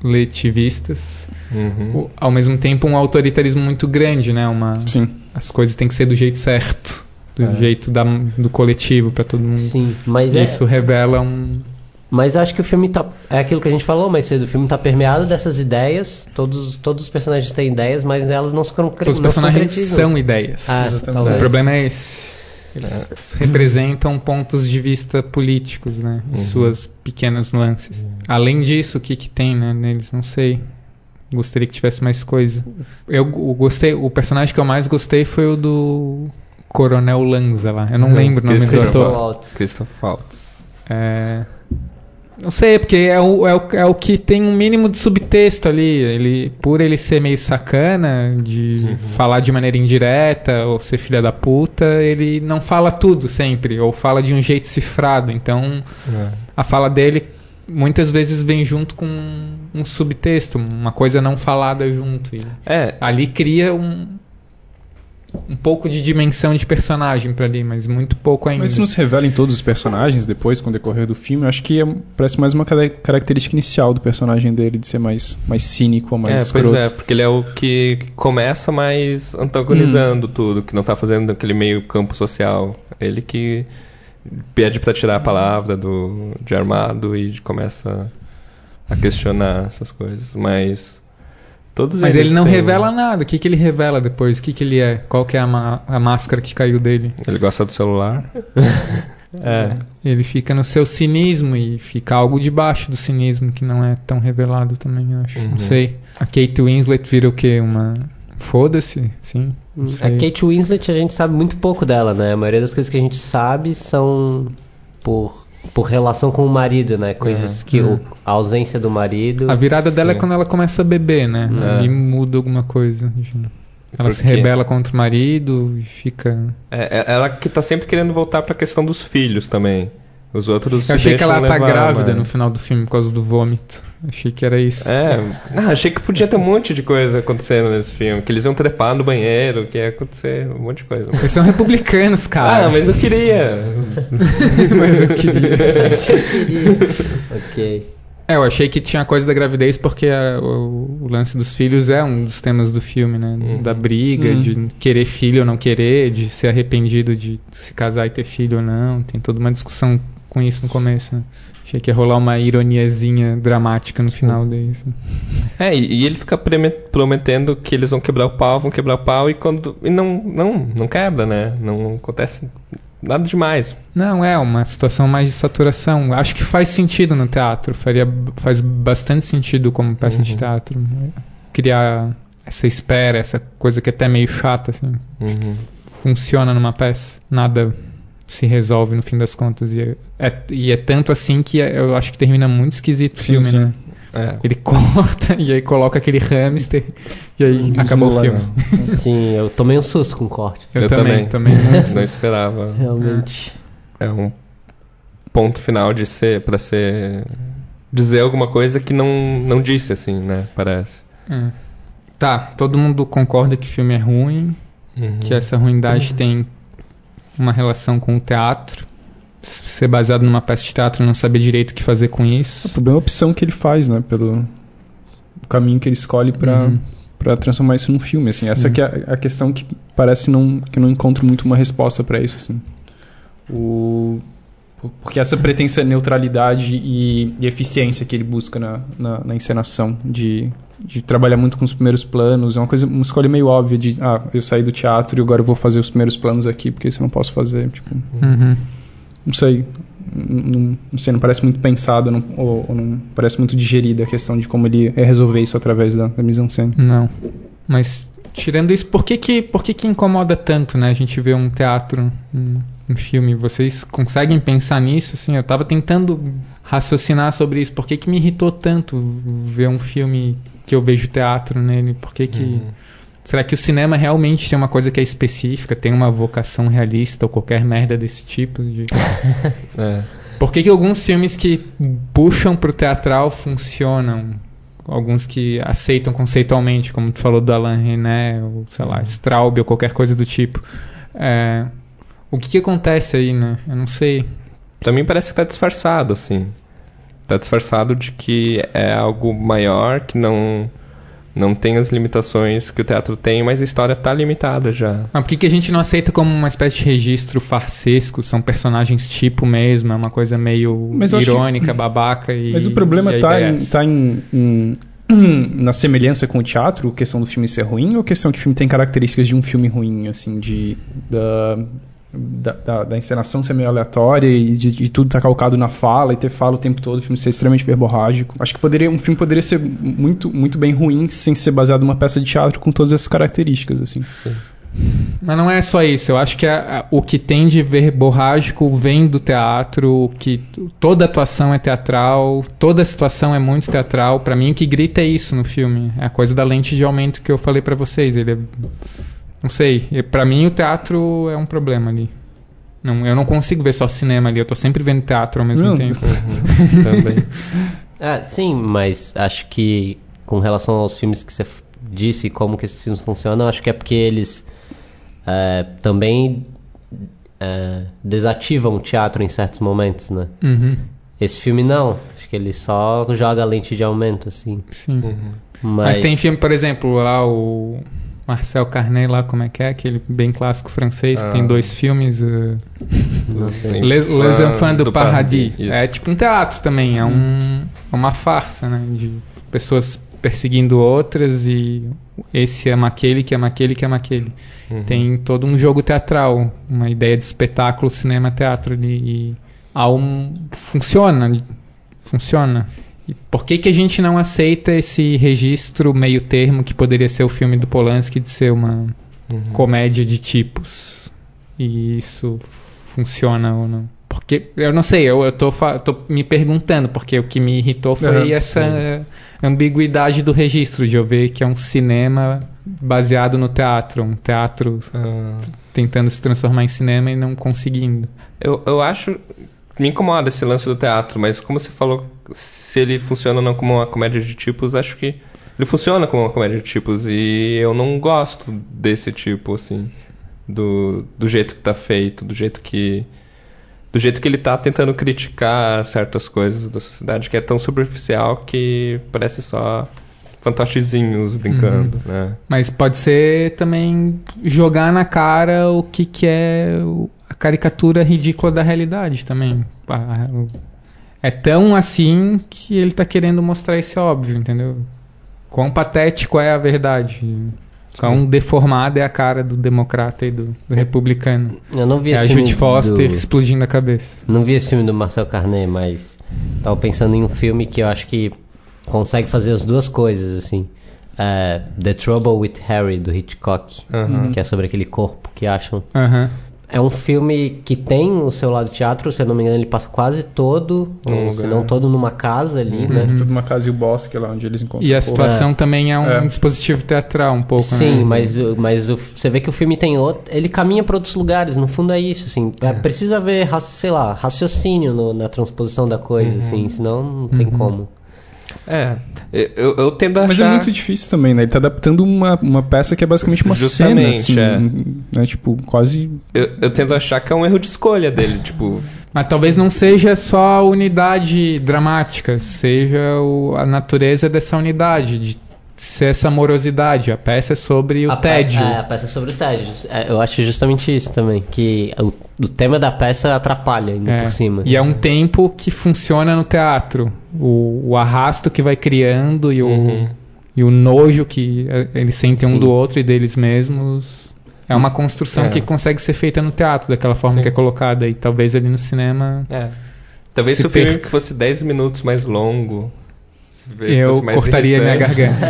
Speaker 2: coletivistas,
Speaker 4: Uhum.
Speaker 2: o- ao mesmo tempo um autoritarismo muito grande, né? Uma,
Speaker 3: Sim.
Speaker 2: as coisas têm que ser do jeito certo, do
Speaker 4: É.
Speaker 2: jeito da- do coletivo para todo mundo.
Speaker 1: Sim. Mas é-
Speaker 2: Isso revela um
Speaker 1: Mas acho que o filme tá. É aquilo que a gente falou mais cedo. O filme tá permeado dessas ideias. Todos, todos os personagens têm ideias, mas elas não se concretizam.
Speaker 2: Todos os personagens são ideias.
Speaker 1: Ah,
Speaker 3: Exatamente.
Speaker 1: talvez.
Speaker 2: O problema é esse. Eles representam pontos de vista políticos, né? Em
Speaker 4: Uhum.
Speaker 2: suas pequenas nuances. Além disso, o que, que tem né, neles? Não sei. Gostaria que tivesse mais coisa. Eu, go- gostei. O personagem que eu mais gostei foi o do Coronel Lanza lá. Eu não
Speaker 4: Uhum.
Speaker 2: lembro o nome do
Speaker 4: Christopher
Speaker 2: ator.
Speaker 1: Waltz.
Speaker 4: Christopher Waltz.
Speaker 2: É, Não sei, porque é o, é, o, é o que tem um mínimo de subtexto ali. Ele, por ele ser meio sacana, de falar de maneira indireta, ou ser filha da puta, ele não fala tudo sempre, ou fala de um jeito cifrado. Então, a fala dele muitas vezes vem junto com um subtexto, uma coisa não falada junto. E
Speaker 4: É,
Speaker 2: ali cria um, um pouco de dimensão de personagem pra ali, mas muito pouco ainda.
Speaker 3: Mas isso não se revela em todos os personagens depois, com o decorrer do filme. Eu acho que é, parece mais uma cara- característica inicial do personagem dele, de ser mais, mais cínico, mais
Speaker 4: é, pois
Speaker 3: escroto.
Speaker 4: é, porque ele é o que começa mais antagonizando
Speaker 2: Hum.
Speaker 4: tudo, que não tá fazendo aquele meio campo social. Ele que pede pra tirar a palavra do, de armado e começa a questionar essas coisas. Mas todos
Speaker 2: Mas
Speaker 4: eles
Speaker 2: ele não
Speaker 4: têm- um-
Speaker 2: revela nada. O que, que ele revela depois? O que, que ele é? Qual que é a, ma- a máscara que caiu dele?
Speaker 4: Ele gosta do celular. é.
Speaker 2: Ele fica no seu cinismo e fica algo debaixo do cinismo que não é tão revelado também, eu acho. Não
Speaker 4: Uhum.
Speaker 2: sei. A Kate Winslet vira o quê? Uma. Foda-se? Sim. Não
Speaker 1: A
Speaker 2: sei.
Speaker 1: Uhum. É Kate Winslet a gente sabe muito pouco dela, né? A maioria das coisas que a gente sabe são por, por relação com o marido, né? Coisas que o- a ausência do marido.
Speaker 2: É, A virada dela é
Speaker 4: Sim.
Speaker 2: quando ela começa a beber, né?
Speaker 4: É.
Speaker 2: E muda alguma coisa. Ela
Speaker 4: Por
Speaker 2: se
Speaker 4: quê?
Speaker 2: rebela contra o marido e fica.
Speaker 4: É, é- ela que tá sempre querendo voltar pra questão dos filhos também. Os outros
Speaker 2: Eu
Speaker 4: se
Speaker 2: achei que
Speaker 4: deixam
Speaker 2: ela tá
Speaker 4: levar,
Speaker 2: grávida
Speaker 4: mas-
Speaker 2: no final do filme por causa do vômito. Achei que era isso.
Speaker 4: É, ah, achei que podia ter um monte de coisa acontecendo nesse filme. Que eles iam trepar no banheiro, que ia acontecer um monte de coisa.
Speaker 2: Eles são republicanos, cara.
Speaker 4: Ah, mas eu queria.
Speaker 2: mas eu queria.
Speaker 1: Ok.
Speaker 2: É, eu achei que tinha a coisa da gravidez porque a- o, o lance dos filhos é um dos temas do filme, né?
Speaker 4: Uhum.
Speaker 2: Da briga,
Speaker 3: Uhum.
Speaker 2: de querer filho ou não querer, de ser arrependido de se casar e ter filho ou não. Tem toda uma discussão com isso no começo, né? Achei que ia rolar uma ironiazinha dramática no final deles. né?
Speaker 4: É, e, e ele fica preme- prometendo que eles vão quebrar o pau, vão quebrar o pau, e quando. E não, não, não quebra, né? Não acontece nada demais.
Speaker 2: Não, é uma situação mais de saturação. Acho que faz sentido no teatro. Faria, faz bastante sentido como peça de teatro. né? Criar essa espera, essa coisa que é até meio chata, assim.
Speaker 4: Uhum.
Speaker 2: funciona numa peça. Nada se resolve no fim das contas. E é, e é tanto assim que é- eu acho que termina muito esquisito o
Speaker 3: Sim,
Speaker 2: filme,
Speaker 3: sim.
Speaker 2: né?
Speaker 4: É.
Speaker 2: Ele corta e aí coloca aquele hamster e aí
Speaker 1: Uhum.
Speaker 2: acabou o filme.
Speaker 1: Sim, eu tomei um susto com o corte.
Speaker 2: Eu,
Speaker 4: Eu
Speaker 2: também, também.
Speaker 4: também.
Speaker 2: né?
Speaker 4: Não esperava.
Speaker 1: Realmente.
Speaker 4: É um ponto final de ser. para ser. dizer alguma coisa que não, não disse, assim, né? Parece.
Speaker 2: É. Tá, todo mundo concorda que o filme é ruim,
Speaker 4: Uhum.
Speaker 2: que essa ruindade tem uma relação com o teatro. S- Ser baseado numa peça de teatro e não saber direito o que fazer com
Speaker 3: O
Speaker 2: isso.
Speaker 3: problema é a opção que ele faz, né? Pelo o caminho que ele escolhe pra
Speaker 2: Uhum.
Speaker 3: pra transformar isso num filme, assim. Essa que é a, a questão que parece não que eu não encontro muito uma resposta pra isso, assim. O Por- Porque essa pretensa neutralidade e, e eficiência que ele busca na, na, na encenação, de, de trabalhar muito com os primeiros planos, é uma coisa, uma escolha meio óbvia de, ah, eu saí do teatro e agora eu vou fazer os primeiros planos aqui, porque isso eu não posso fazer. Tipo,
Speaker 2: Uhum.
Speaker 3: não sei. Não, não sei, não parece muito pensado, não- ou, ou não parece muito digerida a questão de como ele é resolver isso através da, da mise-en-scène.
Speaker 2: Não. Mas tirando isso, por que que, por que que incomoda tanto, né? A gente vê um teatro, um, um filme, vocês conseguem pensar nisso? Assim, eu tava tentando raciocinar sobre isso. Por que que me irritou tanto ver um filme que eu vejo teatro nele? Por que que Será que o cinema realmente tem uma coisa que é específica, tem uma vocação realista ou qualquer merda desse tipo? De...
Speaker 4: É.
Speaker 2: Por que, que alguns filmes que puxam pro teatral funcionam? Alguns que aceitam conceitualmente, como tu falou do Alain René, ou sei lá, Straub ou qualquer coisa do tipo. É, o que, que acontece aí, né? Eu não sei.
Speaker 4: Pra mim parece que tá disfarçado, assim. Tá disfarçado de que é algo maior, que não, não tem as limitações que o teatro tem, mas a história tá limitada já.
Speaker 2: Mas Ah, por que, que a gente não aceita como uma espécie de registro farsesco? São personagens tipo mesmo, é uma coisa meio
Speaker 3: Mas eu acho que-
Speaker 2: irônica, babaca e.
Speaker 3: Mas o problema
Speaker 2: e é aí
Speaker 3: está em,
Speaker 2: desce.
Speaker 3: tá em- em- na semelhança com o teatro, questão do filme ser ruim, ou questão que o filme tem características de um filme ruim, assim, de da, da, da- da encenação ser meio aleatória e de, de tudo estar calcado na fala e ter fala o tempo todo, o filme ser extremamente verborrágico. Acho que poderia, um filme poderia ser muito, muito bem ruim sem ser baseado numa peça de teatro com todas essas características, assim.
Speaker 2: Mas não é só isso. Eu acho que a- a- o que tem de verborrágico vem do teatro, o que toda atuação é teatral, toda situação é muito teatral. Pra mim, o que grita é isso no filme. É a coisa da lente de aumento que eu falei pra vocês. Ele é, não sei. E Pra mim, o teatro é um problema ali. Não, eu não consigo ver só cinema ali. Eu tô sempre vendo teatro ao mesmo
Speaker 3: Não,
Speaker 2: tempo.
Speaker 4: Também.
Speaker 1: Ah, sim, mas acho que com relação aos filmes que você f- disse como que esses filmes funcionam, acho que é porque eles eh, também eh, desativam o teatro em certos momentos, né?
Speaker 2: Uhum,
Speaker 1: Esse filme não, acho que ele só joga a lente de aumento, assim.
Speaker 2: sim.
Speaker 1: Mas,
Speaker 2: Mas tem filme, por exemplo, lá o Marcel Carnet lá, como é que é? Aquele bem clássico francês que
Speaker 4: Ah.
Speaker 2: tem dois filmes. eh,
Speaker 1: não sei.
Speaker 2: Les, Les Enfants do, Paradis.
Speaker 4: Isso.
Speaker 2: É tipo um teatro também, é um, é uma farsa, né? De pessoas perseguindo outras e esse ama aquele, que ama aquele, que ama aquele.
Speaker 4: Uhum.
Speaker 2: Tem todo um jogo teatral, uma ideia de espetáculo, cinema, teatro ali. E há um, funciona, funciona. E por que, que a gente não aceita esse registro meio termo que poderia ser o filme do Polanski de ser uma
Speaker 4: Uhum.
Speaker 2: comédia de tipos e isso funciona ou não? Porque eu não sei, eu, eu tô, fa- tô me perguntando, porque o que me irritou foi
Speaker 3: Aham,
Speaker 2: essa ambiguidade do registro, de eu ver que é um cinema baseado no teatro, um teatro
Speaker 4: Ah,
Speaker 2: tentando se transformar em cinema e não conseguindo.
Speaker 4: eu, eu acho. Me incomoda esse lance do teatro, mas como você falou, se ele funciona ou não como uma comédia de tipos, acho que ele funciona como uma comédia de tipos e eu não gosto desse tipo, assim. Do, do jeito que tá feito, do jeito que. Do jeito que ele tá tentando criticar certas coisas da sociedade, que é tão superficial que parece só fantastizinhos brincando,
Speaker 3: Uhum.
Speaker 4: né?
Speaker 2: Mas pode ser também jogar na cara o que, que é o- a caricatura ridícula da realidade também. Ah, o- É tão assim que ele tá querendo mostrar esse óbvio, entendeu? Quão patético é a verdade. Quão deformada é a cara do democrata e do, do republicano.
Speaker 1: Eu não vi
Speaker 2: É
Speaker 1: esse
Speaker 2: a
Speaker 1: filme
Speaker 2: Judy Foster
Speaker 1: do-
Speaker 2: explodindo a cabeça.
Speaker 1: Não vi esse filme do Marcel Carnet, mas tava pensando em um filme que eu acho que consegue fazer as duas coisas, assim. É, The Trouble with Harry, do Hitchcock,
Speaker 3: Uhum.
Speaker 4: Aham.
Speaker 1: que é sobre aquele corpo que acham.
Speaker 2: Aham.
Speaker 1: É um filme que tem o seu lado teatro, se eu não me engano, ele passa quase todo,
Speaker 4: Num
Speaker 1: ou se
Speaker 4: lugar.
Speaker 1: não todo, numa casa ali, né?
Speaker 3: Tudo uma casa e o bosque lá onde eles encontram.
Speaker 2: E a
Speaker 3: o povo.
Speaker 2: situação também é um
Speaker 3: É.
Speaker 2: dispositivo teatral um pouco, né?
Speaker 1: Sim, mas, o- mas o- você vê que o filme tem outro. Ele caminha para outros lugares, no fundo é isso, assim. É, Precisa haver, ra- sei lá, raciocínio no- na transposição da coisa,
Speaker 2: Uhum.
Speaker 1: assim, senão não tem como.
Speaker 4: É. Eu, eu tendo a
Speaker 3: Mas
Speaker 4: achar.
Speaker 3: é muito difícil também, né? Ele tá adaptando uma, uma peça que é basicamente uma
Speaker 4: Justamente,
Speaker 3: cena,
Speaker 4: é.
Speaker 3: assim, né? Tipo, quase...
Speaker 4: Eu, eu tento achar que é um erro de escolha dele, tipo.
Speaker 2: Mas talvez não seja só a unidade dramática, seja o- a natureza dessa unidade, de ser essa morosidade. A peça é sobre o
Speaker 1: A pe-
Speaker 2: tédio.
Speaker 1: é, a peça é sobre o tédio. É, Eu acho justamente isso também, que o, o tema da peça atrapalha ainda
Speaker 2: É,
Speaker 1: por cima.
Speaker 2: E é um tempo que funciona no teatro. O, o arrasto que vai criando e o,
Speaker 4: Uhum.
Speaker 2: e o nojo que eh, eles sentem um
Speaker 1: Sim.
Speaker 2: do outro e deles mesmos. É uma construção
Speaker 4: É.
Speaker 2: que consegue ser feita no teatro, daquela forma
Speaker 4: Sim.
Speaker 2: que é colocada. E talvez ali no cinema
Speaker 4: É. Talvez
Speaker 2: Se
Speaker 4: se o filme
Speaker 2: perca.
Speaker 4: fosse 10 minutos mais longo. se ele
Speaker 2: eu
Speaker 4: fosse mais
Speaker 2: cortaria minha
Speaker 4: irritante.
Speaker 2: garganta.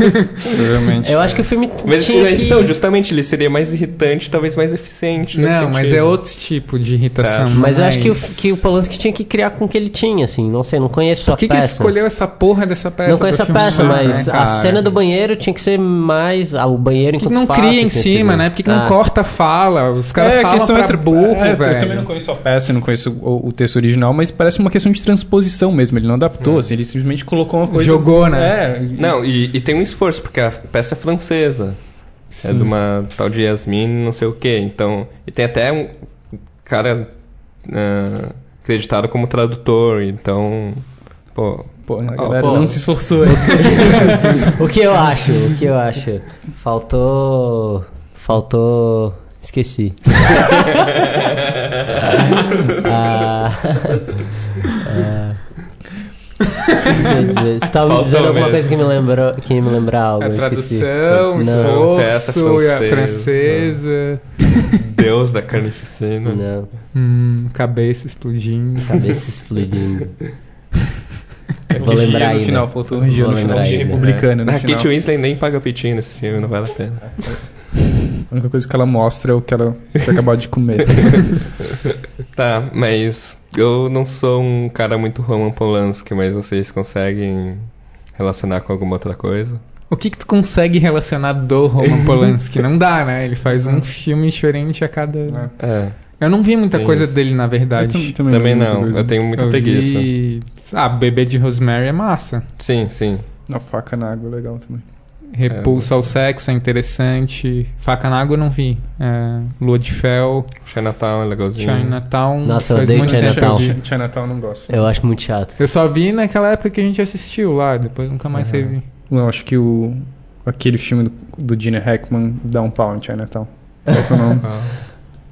Speaker 3: Provavelmente.
Speaker 1: Eu acho que o filme
Speaker 4: Mas,
Speaker 1: tinha
Speaker 4: mas
Speaker 1: que...
Speaker 2: é
Speaker 4: então, justamente, ele seria mais irritante, talvez mais eficiente. nesse
Speaker 2: Não, mas
Speaker 4: sentido.
Speaker 2: é outro tipo de irritação.
Speaker 4: Certo.
Speaker 2: não
Speaker 1: Mas eu
Speaker 2: é
Speaker 1: acho que o,
Speaker 2: isso.
Speaker 1: que o Polanski tinha que criar com o que ele tinha, assim. Não sei, não conheço
Speaker 2: Por que,
Speaker 1: a
Speaker 2: que ele
Speaker 1: peça.
Speaker 2: escolheu essa porra dessa peça?
Speaker 1: não conheço
Speaker 2: pra
Speaker 1: a peça,
Speaker 2: filmar,
Speaker 1: mas
Speaker 2: né,
Speaker 1: a
Speaker 2: cara?
Speaker 1: cena do banheiro tinha que ser mais. ah, o banheiro
Speaker 2: Por que
Speaker 1: enquanto
Speaker 2: que não
Speaker 1: espaço,
Speaker 2: cria em
Speaker 1: tinha
Speaker 2: cima,
Speaker 1: sido-
Speaker 2: né? Por que, que não
Speaker 1: Ah,
Speaker 2: corta a fala? Os caras
Speaker 3: É, a
Speaker 2: falam pra
Speaker 3: tra-
Speaker 2: burro,
Speaker 3: é,
Speaker 2: velho.
Speaker 3: Eu também não conheço a peça, não conheço o, o texto original, mas parece uma questão de transposição mesmo. Ele não adaptou, assim, ele simplesmente colocou uma coisa.
Speaker 2: Jogou, né?
Speaker 3: É,
Speaker 4: Não, e, e tem um esforço, porque a peça é francesa. É de uma tal de Yasmin, não sei o quê. Então, e tem até um cara ah, acreditado como tradutor, então. Pô.
Speaker 3: Pô, a
Speaker 4: Ó,
Speaker 3: galera
Speaker 4: pô.
Speaker 3: não se esforçou. hein?
Speaker 1: O que eu acho, o que eu acho. Faltou. Faltou. Esqueci. Ah, ah. O que eu ia dizer? Você tava me
Speaker 4: Faltou
Speaker 1: dizendo alguma
Speaker 4: mesmo.
Speaker 1: coisa que me lembrou, que me lembra algo,
Speaker 2: A
Speaker 1: eu esqueci.
Speaker 2: É tradução,
Speaker 1: Não,
Speaker 4: Não, peça
Speaker 2: esforço, e a
Speaker 4: francesa.
Speaker 2: francesa.
Speaker 4: Deus da carnificina.
Speaker 1: não,
Speaker 2: Hum, cabeça explodindo.
Speaker 1: cabeça explodindo.
Speaker 3: É
Speaker 1: Vou
Speaker 3: que
Speaker 1: lembrar né?
Speaker 3: G no
Speaker 1: ainda.
Speaker 3: final, faltou um G
Speaker 1: Vou
Speaker 3: no né? final,
Speaker 1: lembrar
Speaker 3: G
Speaker 1: ainda. né?
Speaker 3: republicano no
Speaker 4: A
Speaker 3: final.
Speaker 4: Kate Ah, Winslet nem paga pitinho nesse filme, não vale a pena.
Speaker 3: A única coisa que ela mostra é o que ela tinha acabado de comer.
Speaker 4: Tá, mas eu não sou um cara muito Roman Polanski, mas vocês conseguem relacionar com alguma outra coisa?
Speaker 2: O que que tu consegue relacionar do Roman Polanski? Não dá, né? Ele faz um filme diferente a cada...
Speaker 3: É.
Speaker 4: É,
Speaker 2: Eu não vi muita
Speaker 4: Tem
Speaker 2: coisa
Speaker 4: isso.
Speaker 2: dele, na verdade.
Speaker 3: Eu tam-
Speaker 4: também
Speaker 3: muita
Speaker 4: não,
Speaker 3: é coisa.
Speaker 4: eu tenho muita
Speaker 2: Eu
Speaker 4: preguiça.
Speaker 2: vi- Ah, Bebê de Rosemary é massa.
Speaker 4: Sim, sim.
Speaker 3: Uma faca na água, legal também.
Speaker 2: Repulsa ao sexo é interessante. Faca na água eu não vi. É, Lua de Fel,
Speaker 4: Chinatown é legalzinho.
Speaker 2: Chinatown.
Speaker 1: Nossa, eu
Speaker 2: faz
Speaker 1: odeio
Speaker 2: muito tempo que eu
Speaker 1: Chinatown.
Speaker 2: vi.
Speaker 3: Ch- Chinatown não gosta.
Speaker 1: Eu acho muito chato.
Speaker 2: Eu só vi naquela época que a gente assistiu lá, depois nunca mais revi.
Speaker 3: Não, acho que o... Aquele filme do, do Gene Hackman, Downtown Chinatown. Qual que é o nome?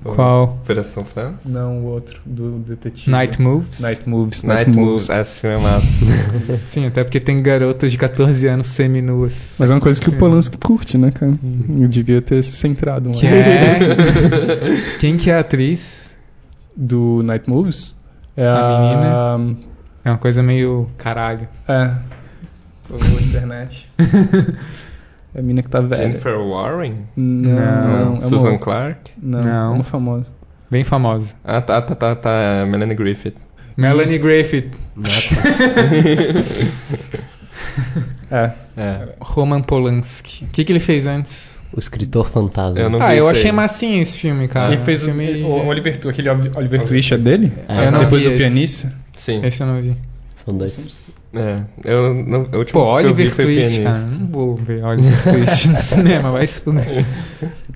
Speaker 2: Qual?
Speaker 4: Operação França?
Speaker 3: Não, o outro, do detetive.
Speaker 2: Night Moves?
Speaker 3: Night Moves.
Speaker 4: Night Moves, ah, esse filme é massa.
Speaker 2: Sim, até porque tem garotas de 14 anos seminuas.
Speaker 3: Mas é uma coisa que o Polanski curte, né, cara? Eu devia ter se centrado mais.
Speaker 2: Que é... Quem que é a atriz?
Speaker 3: Do Night Moves? É
Speaker 2: A
Speaker 3: menina?
Speaker 2: É uma coisa meio caralho.
Speaker 3: É. Pô, internet. é a menina que tá velha.
Speaker 4: Jennifer Warren?
Speaker 3: Não,
Speaker 2: Não.
Speaker 3: é uma-
Speaker 4: Susan Clark?
Speaker 3: Não,
Speaker 2: Não.
Speaker 3: é uma famosa.
Speaker 2: Bem famosa.
Speaker 4: Ah, tá, tá, tá, tá. é Melanie Griffith.
Speaker 2: Melanie Griffith.
Speaker 3: É.
Speaker 4: É.
Speaker 2: Roman Polanski. O que, que ele fez antes?
Speaker 1: O escritor fantasma.
Speaker 4: Eu não
Speaker 2: ah,
Speaker 4: vi
Speaker 2: eu
Speaker 4: isso
Speaker 2: achei
Speaker 4: aí.
Speaker 2: massinha esse filme, cara.
Speaker 3: Ele fez o,
Speaker 2: filme...
Speaker 3: É um o Oliver Twist, aquele Oliver, Twist é dele?
Speaker 1: É, eu não
Speaker 3: Depois
Speaker 2: vi
Speaker 3: o
Speaker 2: esse.
Speaker 3: pianista?
Speaker 4: Sim.
Speaker 2: Esse eu não vi.
Speaker 1: São dois.
Speaker 4: É. Eu, não, o último
Speaker 2: Pô,
Speaker 4: que eu vi
Speaker 2: Oliver
Speaker 4: foi
Speaker 2: Twist, cara.
Speaker 4: pianista.
Speaker 2: Não vou ver Oliver Twist no cinema, vai se fuder.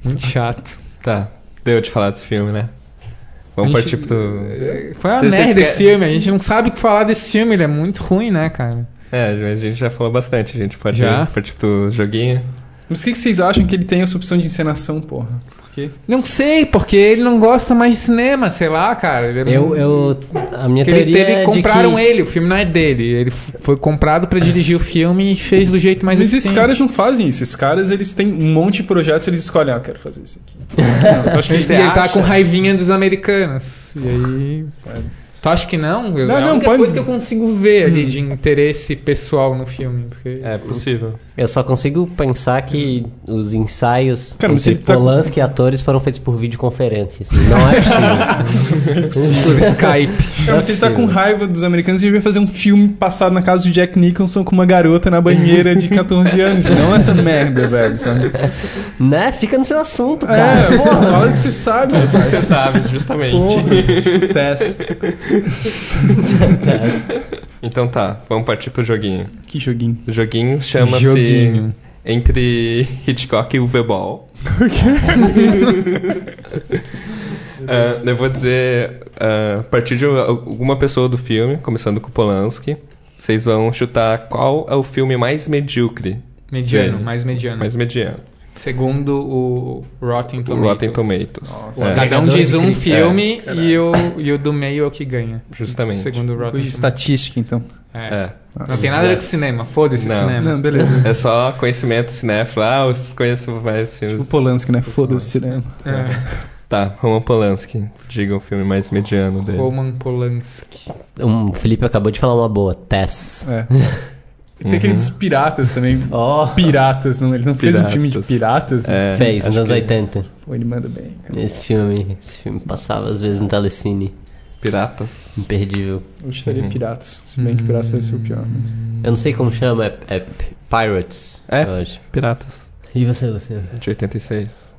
Speaker 2: Muito chato.
Speaker 4: Tá. Deu de falar desse filme, né? Vamos
Speaker 2: A
Speaker 4: partir
Speaker 2: gente-
Speaker 4: pro.
Speaker 2: Qual é a
Speaker 4: Vocês
Speaker 2: merda desse
Speaker 4: querem-
Speaker 2: filme? A gente não sabe o que falar desse filme, ele é muito ruim, né, cara?
Speaker 4: É, mas a gente já falou bastante, a gente pode
Speaker 2: Já?
Speaker 4: partir pro joguinho.
Speaker 3: Mas o que que vocês acham que ele tem essa opção de encenação, porra? Porque
Speaker 2: Não sei, porque ele não gosta mais de cinema, sei lá, cara. Ele é
Speaker 1: Eu,
Speaker 2: um-
Speaker 1: eu, a minha
Speaker 2: Ele,
Speaker 1: teoria
Speaker 2: ele-
Speaker 1: é
Speaker 2: compraram
Speaker 1: de que...
Speaker 2: ele, o filme não é dele. Ele f- foi comprado pra dirigir o filme e fez do jeito mais
Speaker 3: Mas assim- esses
Speaker 2: eficiente.
Speaker 3: caras não fazem isso. Esses caras, eles têm um monte de projetos, eles escolhem, ah, eu quero fazer isso aqui. Não, eu acho que
Speaker 2: E
Speaker 3: ele
Speaker 2: ele tá com raivinha dos americanos. E aí. Tu acha que não? Não, é a
Speaker 3: não,
Speaker 2: única
Speaker 3: pode- Hum.
Speaker 2: coisa que eu consigo ver ali de interesse pessoal no filme. Porque...
Speaker 4: É possível.
Speaker 1: Eu só consigo pensar que os ensaios
Speaker 3: Cara, mas
Speaker 1: entre
Speaker 3: ele tá com-
Speaker 1: Polanski e atores foram feitos por videoconferência. assim. Não é possível.
Speaker 2: Por Skype.
Speaker 3: Cara, mas se ele tá com raiva dos americanos, ele devia fazer um filme passado na casa do Jack Nicholson com uma garota na banheira de 14 anos. Não essa merda, velho, sabe?
Speaker 1: né? Fica no seu assunto, cara.
Speaker 3: É, porra, fala o que você sabe, rapaz.
Speaker 4: Você sabe, justamente.
Speaker 3: Porra, Tess.
Speaker 4: Então tá, vamos partir pro joguinho.
Speaker 3: Que joguinho.
Speaker 4: O joguinho chama-se
Speaker 2: Joguinho.
Speaker 4: Entre Hitchcock e Uwe Ball. Ah, eu vou dizer ah, a partir de alguma pessoa do filme, começando com o Polanski, vocês vão chutar qual é o filme mais medíocre
Speaker 2: Mediano,
Speaker 4: Velho.
Speaker 2: mais mediano.
Speaker 4: mais mediano.
Speaker 2: Segundo o Rotten
Speaker 4: O
Speaker 2: Tomatoes.
Speaker 4: Rotten Tomatoes.
Speaker 2: Nossa,
Speaker 4: É,
Speaker 2: Cada um diz um
Speaker 1: Críticas.
Speaker 2: filme e, o, e o do meio é o que ganha.
Speaker 4: Justamente.
Speaker 2: Segundo o Rotten
Speaker 3: Coisa de
Speaker 2: Tomatoes.
Speaker 3: estatística, então.
Speaker 2: É.
Speaker 4: É.
Speaker 2: Não tem nada a ver com cinema, foda-se
Speaker 4: Não.
Speaker 2: cinema.
Speaker 3: Não, beleza.
Speaker 4: É só conhecimento cinéfilo. Ah, eu conheço mais filmes.
Speaker 3: O Polanski, né? Foda-se cinema.
Speaker 2: É.
Speaker 4: Tá, Roman Polanski. Diga o filme mais mediano dele.
Speaker 2: Roman Polanski.
Speaker 1: Um, o Felipe acabou de falar uma boa. Tess.
Speaker 3: É. E Tem aquele dos piratas também.
Speaker 1: Ó.
Speaker 3: Piratas, não? Ele não fez um
Speaker 4: Piratas.
Speaker 3: filme de piratas?
Speaker 4: É,
Speaker 1: Fez, nos
Speaker 4: acho
Speaker 1: anos
Speaker 4: que
Speaker 1: 80.
Speaker 3: Pô, ele manda bem. cara.
Speaker 1: Esse filme, esse filme passava às vezes no Telecine.
Speaker 4: Piratas.
Speaker 1: Imperdível.
Speaker 3: Eu
Speaker 4: Uhum.
Speaker 3: chutaria piratas. Se bem que piratas deve ser o pior. né?
Speaker 1: Eu não sei como chama, é, é Pirates.
Speaker 4: É.
Speaker 1: eu acho.
Speaker 4: Piratas.
Speaker 1: E você, você?
Speaker 4: De 86.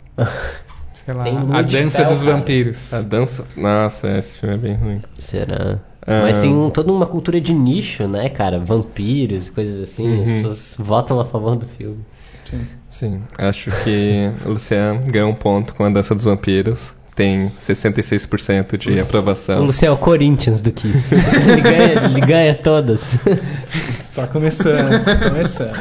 Speaker 2: Sei lá,
Speaker 1: Tem
Speaker 2: a
Speaker 1: Lua de
Speaker 2: Dança
Speaker 1: Fel,
Speaker 2: dos
Speaker 1: cara.
Speaker 2: Vampiros.
Speaker 4: A dança. Nossa, esse filme é bem ruim.
Speaker 1: Será?
Speaker 4: Ah.
Speaker 1: Mas tem um- toda uma cultura de nicho, né, cara? Vampiros e coisas assim. As
Speaker 4: Uhum.
Speaker 1: pessoas votam a favor do filme.
Speaker 3: Sim.
Speaker 4: Ah, Sim. Acho que o Luciano ganhou um ponto com a dança dos vampiros. Tem 66% de
Speaker 1: O
Speaker 4: aprovação.
Speaker 1: Luciano é o Corinthians do que ele, ganha, ele ganha todas.
Speaker 3: Só começando, só começando.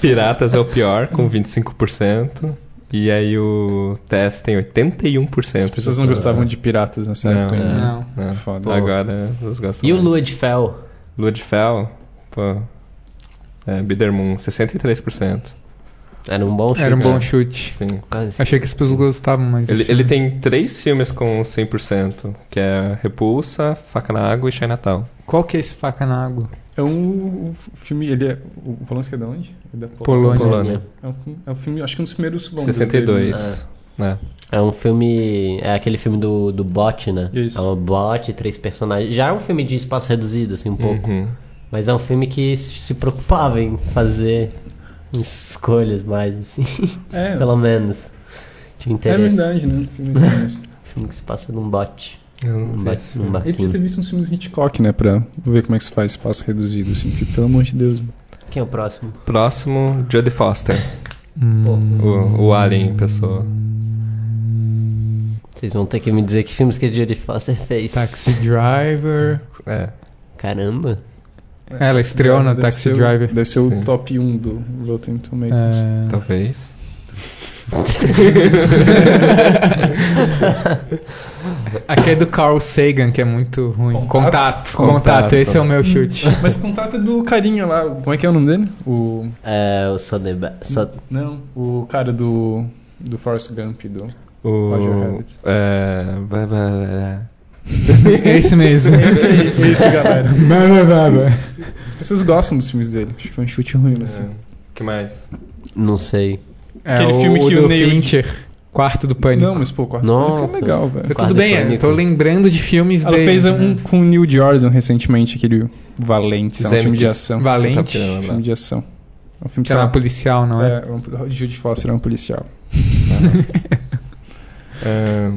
Speaker 4: Piratas é o pior, com 25%. E aí o Tess tem 81%.
Speaker 3: As pessoas não gostavam de piratas nessa
Speaker 4: É, Não,
Speaker 3: época.
Speaker 4: não.
Speaker 3: né?
Speaker 2: Não.
Speaker 4: É,
Speaker 3: Foda.
Speaker 4: Pô. Agora elas gostam.
Speaker 1: E o
Speaker 4: mais.
Speaker 1: Lua de Fel?
Speaker 4: Lua de Fel? Pô. É, Bidermoon, 63%.
Speaker 1: Era um bom filme.
Speaker 2: Era um bom
Speaker 4: É.
Speaker 2: chute.
Speaker 4: Sim.
Speaker 1: Quase.
Speaker 2: Achei que as pessoas gostavam, mas.
Speaker 4: Ele,
Speaker 2: assim,
Speaker 4: ele tem três filmes com 100%, que é Repulsa, Faca na Água e Chinatown.
Speaker 2: Qual que é esse faca na água?
Speaker 3: É um filme. Ele é. O Polanski é de onde? É da
Speaker 2: Polônia.
Speaker 4: Polônia.
Speaker 3: É um, filme- é um filme, acho que um dos primeiros bons dele,
Speaker 4: 62. né?
Speaker 1: É um filme. É aquele filme do, do bot, né?
Speaker 3: Isso.
Speaker 1: É um bot, três personagens. Já é um filme de espaço reduzido, assim, um pouco.
Speaker 4: Uhum.
Speaker 1: Mas é um filme que se se preocupava em fazer escolhas mais, assim.
Speaker 3: É.
Speaker 1: Pelo menos. Tinha um
Speaker 3: É
Speaker 1: interesse. Um
Speaker 3: verdade, né? Filme de verdade.
Speaker 1: Filme que se passa num bote.
Speaker 4: Eu não
Speaker 1: Num,
Speaker 4: vi
Speaker 1: ba
Speaker 4: esse
Speaker 1: num
Speaker 4: filme.
Speaker 3: Ele devia ter
Speaker 1: barquinho.
Speaker 3: visto uns filmes Hitchcock, né? Pra ver como é que se faz espaço reduzido, assim. Porque, pelo amor de Deus.
Speaker 1: Quem é o próximo? Hum.
Speaker 4: Próximo, Jodie Foster.
Speaker 2: Hum.
Speaker 1: Pô,
Speaker 4: O, o Alien, em pessoa.
Speaker 1: vocês vão ter que me dizer que filmes que a Jodie Foster fez.
Speaker 2: Taxi Driver.
Speaker 4: É.
Speaker 1: Caramba.
Speaker 2: É, Ela estreou na
Speaker 3: Deve
Speaker 2: Taxi
Speaker 3: ser o-
Speaker 2: Driver.
Speaker 3: Deve ser
Speaker 4: Sim.
Speaker 3: o top 1 do Rotten Tomatoes.
Speaker 2: É,
Speaker 3: Então,
Speaker 4: Talvez.
Speaker 2: Aqui é do Carl Sagan, que é muito ruim.
Speaker 3: Contato.
Speaker 2: Contato, contato,
Speaker 4: Contato.
Speaker 2: esse é o meu chute.
Speaker 3: Mas contato do carinha lá. Como é que é o nome dele? O.
Speaker 1: É, o Sodeba. Sod...
Speaker 3: Não, o cara do. Do Forrest Gump, do.
Speaker 4: O.
Speaker 3: Roger Rabbit.
Speaker 4: É. blá, blá, blá,
Speaker 2: É esse mesmo.
Speaker 3: Esse aí, esse galera.
Speaker 2: Vai, vai,
Speaker 4: é
Speaker 2: vai, vai.
Speaker 3: As pessoas gostam dos filmes dele. Acho que foi um chute ruim, mas.
Speaker 4: blá.
Speaker 3: assim.
Speaker 4: É, que mais?
Speaker 1: Não sei.
Speaker 2: É
Speaker 3: Aquele filme que
Speaker 2: do
Speaker 3: o Neil-
Speaker 2: Fincher, Quarto do Pânico.
Speaker 3: Não, mas pô, o quarto
Speaker 1: Nossa.
Speaker 3: Filme é legal, velho.
Speaker 2: Mas
Speaker 1: Quarto do
Speaker 2: Tudo bem, eu
Speaker 1: Pânico.
Speaker 2: tô lembrando de filmes
Speaker 3: Ela
Speaker 2: dele.
Speaker 3: fez
Speaker 2: né?
Speaker 3: um com o Neil Jordan recentemente, aquele Valente, sei lá, um filme de
Speaker 4: Zemeckis.
Speaker 3: ação.
Speaker 2: Valente,
Speaker 4: Você tá
Speaker 3: Um
Speaker 4: querendo
Speaker 3: filme
Speaker 4: lembrar.
Speaker 3: de ação. É um filme
Speaker 2: que era uma
Speaker 3: sei lá,
Speaker 2: policial, não é?
Speaker 3: é, um- o Jude Foster é um policial.
Speaker 4: É,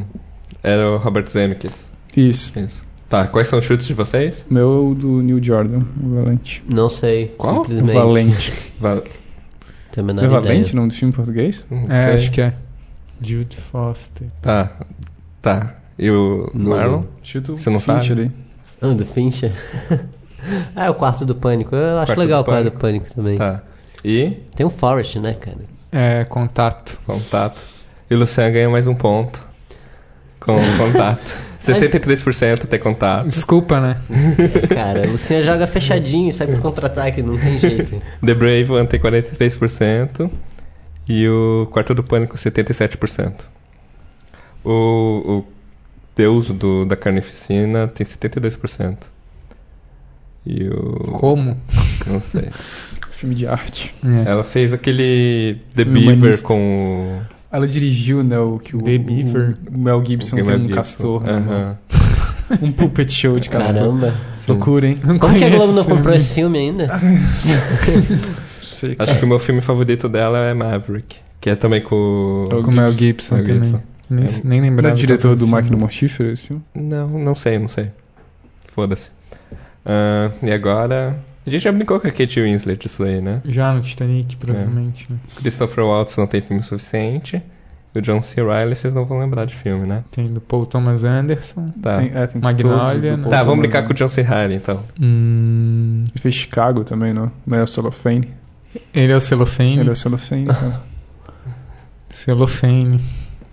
Speaker 4: era o Robert Zemeckis.
Speaker 3: Isso.
Speaker 4: Isso. Tá, quais são os chutes de vocês?
Speaker 3: O meu é o do Neil Jordan, o Valente.
Speaker 1: Não sei.
Speaker 4: Qual?
Speaker 1: Simplesmente.
Speaker 3: Valente.
Speaker 4: Vale.
Speaker 1: Tenho a menor
Speaker 3: É
Speaker 1: ideia.
Speaker 3: Valente o nome do filme em português?
Speaker 4: Não
Speaker 2: É,
Speaker 4: sei.
Speaker 2: acho que é. Jude Foster.
Speaker 4: um, Tá, tá. E o
Speaker 1: Não.
Speaker 4: Marlon?
Speaker 3: Chuta o
Speaker 4: Você não
Speaker 3: Fincher
Speaker 4: sabe?
Speaker 3: aí.
Speaker 1: Ah, do Fincher? ah, é o quarto do pânico. Eu acho
Speaker 4: Quarto
Speaker 1: legal o
Speaker 4: do
Speaker 1: quarto do pânico também.
Speaker 4: Tá. E
Speaker 1: Tem o Forrest, né, cara?
Speaker 2: É, contato.
Speaker 4: contato. E o Luciano ganha mais um ponto. Com contato. 63% tem contato.
Speaker 2: Desculpa, né?
Speaker 1: Cara, o Luciano joga fechadinho, sai pro contra-ataque, não tem jeito.
Speaker 4: The Brave One tem 43%. E o Quarto do Pânico, 77%. O, o Deus do, da Carnificina tem 72%. E o.
Speaker 2: Como?
Speaker 4: Não sei.
Speaker 3: Filme de arte.
Speaker 2: É.
Speaker 4: Ela fez aquele The
Speaker 3: Humanista.
Speaker 4: Beaver com o.
Speaker 3: Ela dirigiu, né, o que o,
Speaker 2: The Beaver.
Speaker 3: o Mel Gibson
Speaker 4: Game
Speaker 3: tem um
Speaker 4: of Gibson.
Speaker 3: castor, né,
Speaker 4: Aham.
Speaker 3: um puppet show de castor.
Speaker 1: Caramba.
Speaker 3: Loucura, hein? Não
Speaker 1: Como que a
Speaker 3: conheço
Speaker 1: Globo não
Speaker 3: esse filme.
Speaker 1: comprou esse filme ainda?
Speaker 3: Sei,
Speaker 4: Acho que o meu filme favorito dela é Maverick, que é também com.
Speaker 2: Com o Mel Gibson
Speaker 4: Mel
Speaker 2: também.
Speaker 4: Gibson.
Speaker 2: Nem,
Speaker 4: É.
Speaker 2: nem
Speaker 3: Não é
Speaker 2: lembrava.
Speaker 3: o diretor do Máquina
Speaker 2: Morto.
Speaker 3: Mortífera, esse filme?
Speaker 4: Não, não sei, não sei. Foda-se. Ah, e agora. A gente já brincou com a Kate Winslet isso aí, né?
Speaker 3: É.
Speaker 2: Já no Titanic, provavelmente. né?
Speaker 4: Christopher Waltz não tem filme suficiente. do John C. Reilly, vocês não vão lembrar de filme, né?
Speaker 2: Tem do Paul Thomas Anderson.
Speaker 4: Tá.
Speaker 3: Tem, é, tem
Speaker 2: Magnolia,
Speaker 3: todos do
Speaker 2: né?
Speaker 3: Paul
Speaker 4: Tá, vamos
Speaker 3: Thomas
Speaker 4: brincar com o
Speaker 3: Anderson.
Speaker 4: John C. Reilly, então.
Speaker 2: Hum,
Speaker 3: Ele fez Chicago também, não? Não é o Celofane?
Speaker 2: ele é o Celofane.
Speaker 3: Ele é o Celofane. tá?
Speaker 2: Celofane,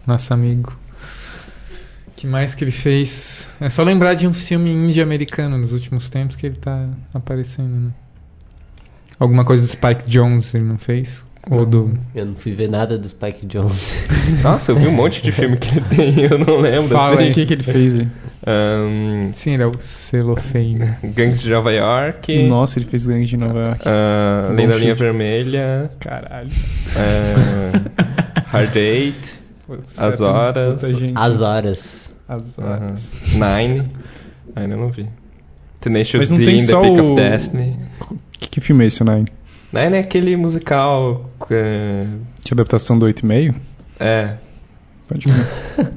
Speaker 2: nosso amigo. que mais que ele fez? É só lembrar de um filme índio-americano nos últimos tempos que ele tá aparecendo, né? Alguma coisa do Spike Jones ele não fez? Ou do.
Speaker 1: Eu não fui ver nada do Spike Jones.
Speaker 4: Nossa, eu vi um monte de filme que ele tem e eu não lembro.
Speaker 2: Fala
Speaker 4: assim.
Speaker 3: O que, que ele fez? hein?
Speaker 4: Ahn,
Speaker 2: Sim, ele é o Celofane.
Speaker 4: Gangs de Nova York.
Speaker 3: Nossa, ele fez Gangue de Nova York.
Speaker 4: ah,
Speaker 3: Bom
Speaker 4: Além da
Speaker 3: filme.
Speaker 4: Linha Vermelha.
Speaker 3: Caralho.
Speaker 4: ah, Hard Eight. As Horas.
Speaker 1: As horas.
Speaker 3: As
Speaker 4: aham,
Speaker 3: Horas.
Speaker 4: Nine. Ainda não vi. Tenacious
Speaker 3: Mas não
Speaker 4: D
Speaker 3: tem
Speaker 4: in
Speaker 3: só
Speaker 4: the Pick
Speaker 3: o-
Speaker 4: of Destiny.
Speaker 3: Que, que filme é esse, o Nine?
Speaker 4: Nine é aquele musical. eh,
Speaker 3: De adaptação do 8,5?
Speaker 4: É.
Speaker 3: Pode ver.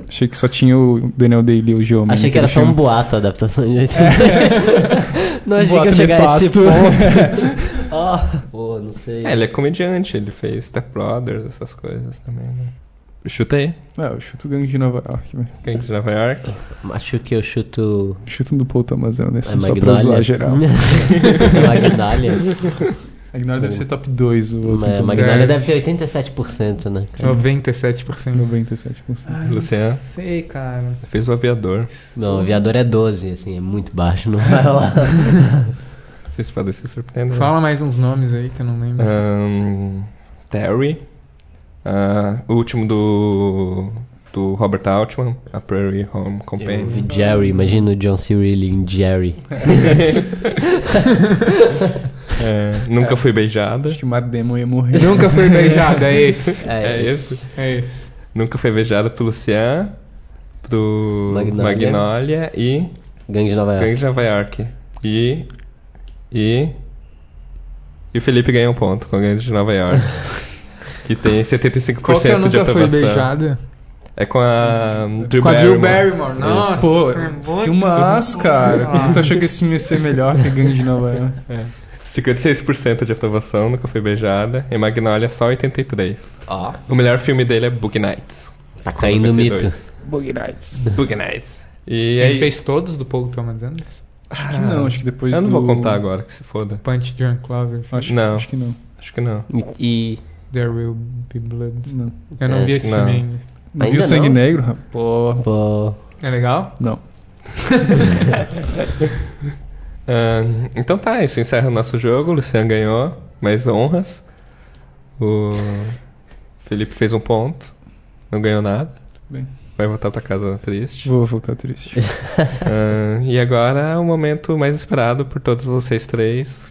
Speaker 3: Achei que só tinha o Daniel Day-Lewis então e o Joe.
Speaker 1: Achei que era só um boato a adaptação de 80. Não achei que
Speaker 3: Um Boato
Speaker 1: ia chegar a esse
Speaker 3: nefasto.
Speaker 1: ponto. Ó, pô, não sei.
Speaker 4: é. Ele é comediante, ele fez Step Brothers, essas coisas também, né? Chuta aí.
Speaker 3: É, eu chuto Gangue de Nova York, velho.
Speaker 4: Gangs de Nova York.
Speaker 1: Acho que eu chuto.
Speaker 3: Chuto um do Paul Thomas
Speaker 1: É
Speaker 3: Anderson, é- só pra zoar
Speaker 1: Magnolia. É
Speaker 3: geral.
Speaker 1: Magnolia.
Speaker 3: Magnolia deve ser top 2, o outro.
Speaker 1: Mas
Speaker 3: top
Speaker 1: É. Magnolia
Speaker 2: dez.
Speaker 1: deve ter 87%, né?
Speaker 3: É.
Speaker 1: cara?
Speaker 2: 97%.
Speaker 3: 97%.
Speaker 4: Luciano.
Speaker 2: Sei, cara.
Speaker 4: Fez o Aviador.
Speaker 1: Não, o Viador é 12, assim, é muito baixo, não vai lá.
Speaker 4: Vocês podem se surpreender.
Speaker 2: Fala mais uns nomes aí que eu não
Speaker 3: É.
Speaker 2: lembro.
Speaker 4: Ahn, Terry. Ah, o último do. do Robert Altman, a Prairie Home
Speaker 1: Eu vi
Speaker 4: Companion.
Speaker 1: Jerry, imagina o John C. Reilly em Jerry.
Speaker 4: É, nunca fui beijada.
Speaker 3: Acho que o Matt Damon ia morrer.
Speaker 2: Nunca fui beijado, é esse.
Speaker 4: É esse.
Speaker 2: É esse.
Speaker 4: Nunca fui beijada pro Lucian, pro
Speaker 1: Magnolia.
Speaker 4: Magnolia, e
Speaker 1: Gangue de
Speaker 2: É.
Speaker 1: Nova
Speaker 4: Gangue
Speaker 1: York.
Speaker 4: de Nova York. E. E. E o Felipe ganha um ponto com a Gangue de Nova York. que tem 75%
Speaker 2: Qual que eu
Speaker 4: de
Speaker 2: nunca fui
Speaker 4: aprovação.
Speaker 2: beijado?
Speaker 4: É com a um, Drew
Speaker 2: Com a Drew
Speaker 4: Barrymore.
Speaker 2: Barrymore. Nossa,
Speaker 3: Pô,
Speaker 2: esse é Ah. bom.
Speaker 3: filmaço, cara. Tu achou que esse filme ia ser melhor que Gangue de Nova York?
Speaker 4: 56% de aprovação, nunca fui beijada. E Magnolia só 83%.
Speaker 1: Ó,
Speaker 4: O melhor filme dele é Bug Nights.
Speaker 1: tá caindo o mito.
Speaker 4: 92.
Speaker 3: Boogie Nights.
Speaker 4: Bug Nights. E é
Speaker 2: Ele
Speaker 4: aí...
Speaker 2: fez todos do Paul Thomas Anderson?
Speaker 3: Acho que não, acho que depois
Speaker 4: Eu não
Speaker 3: do-
Speaker 4: vou contar agora, que se foda.
Speaker 2: Punch Drunk Lover,
Speaker 3: Acho,
Speaker 4: Não.
Speaker 3: acho que não.
Speaker 4: Acho que não.
Speaker 1: E.
Speaker 2: There Will Be Blood.
Speaker 3: Não.
Speaker 2: Eu não
Speaker 1: É,
Speaker 2: vi esse
Speaker 4: não.
Speaker 2: filme ainda.
Speaker 3: Não
Speaker 1: Ainda
Speaker 3: viu Sangue
Speaker 1: não?
Speaker 3: Negro, rapaz? Pô.
Speaker 1: Pô,
Speaker 2: É legal?
Speaker 3: Não.
Speaker 4: Ahn, então tá, isso encerra o nosso jogo. O Luciano ganhou, mais honras. O Felipe fez um ponto, não ganhou nada.
Speaker 3: Bem,
Speaker 4: Vai voltar pra casa triste.
Speaker 3: vou voltar triste.
Speaker 4: Ahn, e agora é o momento mais esperado por todos vocês três.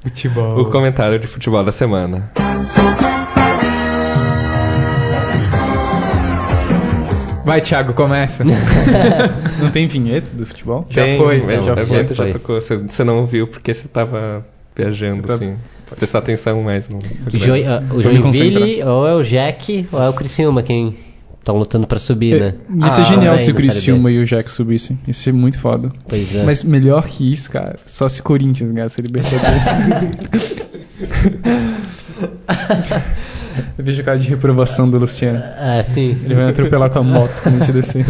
Speaker 2: Futebol.
Speaker 4: O comentário de futebol da semana.
Speaker 2: Vai, Thiago, começa.
Speaker 3: Não tem vinheta do futebol?
Speaker 2: Já foi,
Speaker 4: mas
Speaker 3: é
Speaker 1: já
Speaker 4: a
Speaker 1: foi.
Speaker 4: vinheta já
Speaker 1: Foi.
Speaker 4: tocou. Você- Você não ouviu porque você tava viajando,
Speaker 3: Eu tava-
Speaker 4: assim. Prestar atenção mais no.
Speaker 1: Jo- ah, o
Speaker 3: Pra me
Speaker 1: Joinville, ou é o Jack, ou é o Criciúma, quem estão lutando pra subir, né?
Speaker 3: Ia ser
Speaker 1: Ah,
Speaker 3: genial
Speaker 1: também,
Speaker 3: se o
Speaker 1: na Série
Speaker 3: Criciúma e o Jack subissem. Ia ser muito foda.
Speaker 1: Pois é.
Speaker 3: Mas melhor que isso, cara, só se Corinthians ganhasse a Libertadores. Eu vejo a cara de reprovação do Luciano.
Speaker 1: Ah, sim.
Speaker 3: Ele vai me atropelar com a moto quando a gente descer.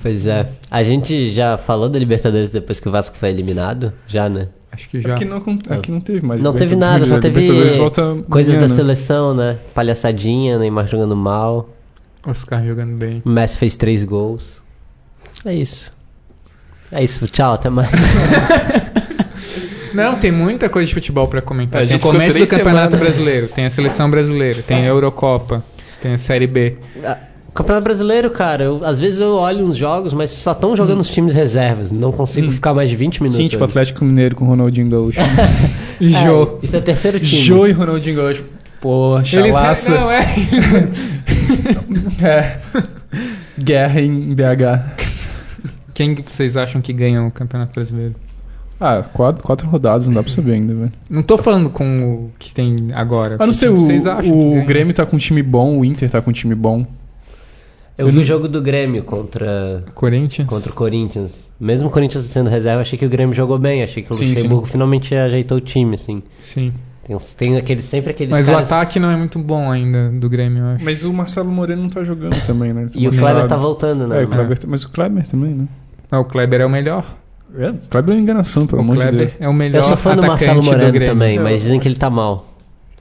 Speaker 1: Pois é. A gente já falou da Libertadores depois que o Vasco foi eliminado? Já, né?
Speaker 2: Acho que já.
Speaker 3: Aqui não, acon- aqui não teve mais.
Speaker 1: É. Não teve nada,
Speaker 3: Libertadores. é,
Speaker 1: só
Speaker 3: A
Speaker 1: teve
Speaker 3: Libertadores volta
Speaker 1: coisas
Speaker 3: amanhã,
Speaker 1: da
Speaker 3: né?
Speaker 1: seleção, né? Palhaçadinha, Neymar jogando mal,
Speaker 2: Oscar jogando bem.
Speaker 1: o Messi fez três gols. É isso. É isso, tchau, até mais.
Speaker 2: Não, tem muita coisa de futebol pra comentar.
Speaker 4: A
Speaker 2: Tem
Speaker 4: gente
Speaker 2: o começo do
Speaker 4: ficou três
Speaker 2: Campeonato
Speaker 4: semanas.
Speaker 2: Brasileiro, tem a Seleção Brasileira, tem a Eurocopa, tem a Série B.
Speaker 1: Ah, Campeonato Brasileiro, cara, eu- às vezes eu olho uns jogos, mas só estão jogando os times reservas, não consigo ficar mais de 20 minutos.
Speaker 3: Sim, tipo
Speaker 1: olhando.
Speaker 3: Atlético Mineiro com Ronaldinho Gaúcho.
Speaker 1: É,
Speaker 3: Jô.
Speaker 1: Isso é terceiro time.
Speaker 3: Jô e Ronaldinho Gaúcho. Poxa, laço.
Speaker 2: não, é.
Speaker 3: É. Guerra em BH.
Speaker 2: Quem que vocês acham que ganha o Campeonato Brasileiro?
Speaker 3: Ah, quatro, quatro rodadas, não dá pra saber ainda, velho.
Speaker 2: Não tô falando com o que tem agora. Tipo,
Speaker 3: Ah, não sei, o,
Speaker 2: Vocês acham que
Speaker 3: o
Speaker 2: ganha?
Speaker 3: Grêmio tá com um time bom, o Inter tá com um time bom.
Speaker 1: Eu vi o jogo do Grêmio contra,
Speaker 2: Corinthians?
Speaker 1: contra o Corinthians. Mesmo o Corinthians sendo reserva, achei que o Grêmio jogou bem, achei que o
Speaker 3: Sim,
Speaker 1: Luxemburgo finalmente ajeitou o time, assim.
Speaker 2: Sim.
Speaker 1: Tem, uns- tem aquele, sempre aqueles
Speaker 2: Mas
Speaker 1: caras-
Speaker 2: o ataque não é muito bom ainda do Grêmio, eu acho.
Speaker 3: Mas o Marcelo Moreno não tá jogando também, né? Ele tá
Speaker 1: E o
Speaker 3: machucado.
Speaker 1: Kleber tá voltando, né?
Speaker 3: É, o Kleber, tá- mas o Kleber também, né?
Speaker 2: Ah, o Kleber é o melhor.
Speaker 3: É, o Kleber é uma enganação, pelo
Speaker 2: o
Speaker 3: amor de
Speaker 2: Kleber
Speaker 3: Deus.
Speaker 2: é o melhor
Speaker 1: Eu sou fã do
Speaker 2: atacante
Speaker 1: Marcelo
Speaker 2: do
Speaker 1: Moreno
Speaker 2: Grêmio.
Speaker 1: também, mas dizem que ele tá mal.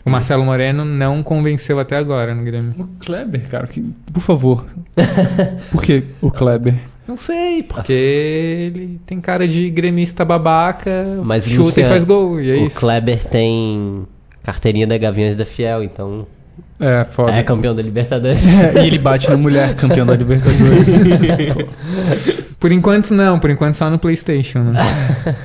Speaker 2: O Marcelo Moreno não convenceu até agora no Grêmio.
Speaker 3: O Kleber, cara, que- por favor. por que o Kleber?
Speaker 2: Não sei, porque ele tem cara de gremista babaca,
Speaker 1: Mas
Speaker 2: chuta
Speaker 1: Luciano,
Speaker 2: e faz gol, e é
Speaker 1: o
Speaker 2: isso.
Speaker 1: Kleber tem carteirinha da Gaviões da Fiel, então
Speaker 3: É, foda.
Speaker 1: é campeão da Libertadores.
Speaker 3: e ele bate na mulher, campeão da Libertadores.
Speaker 2: Por enquanto não, por enquanto só no Playstation. Né?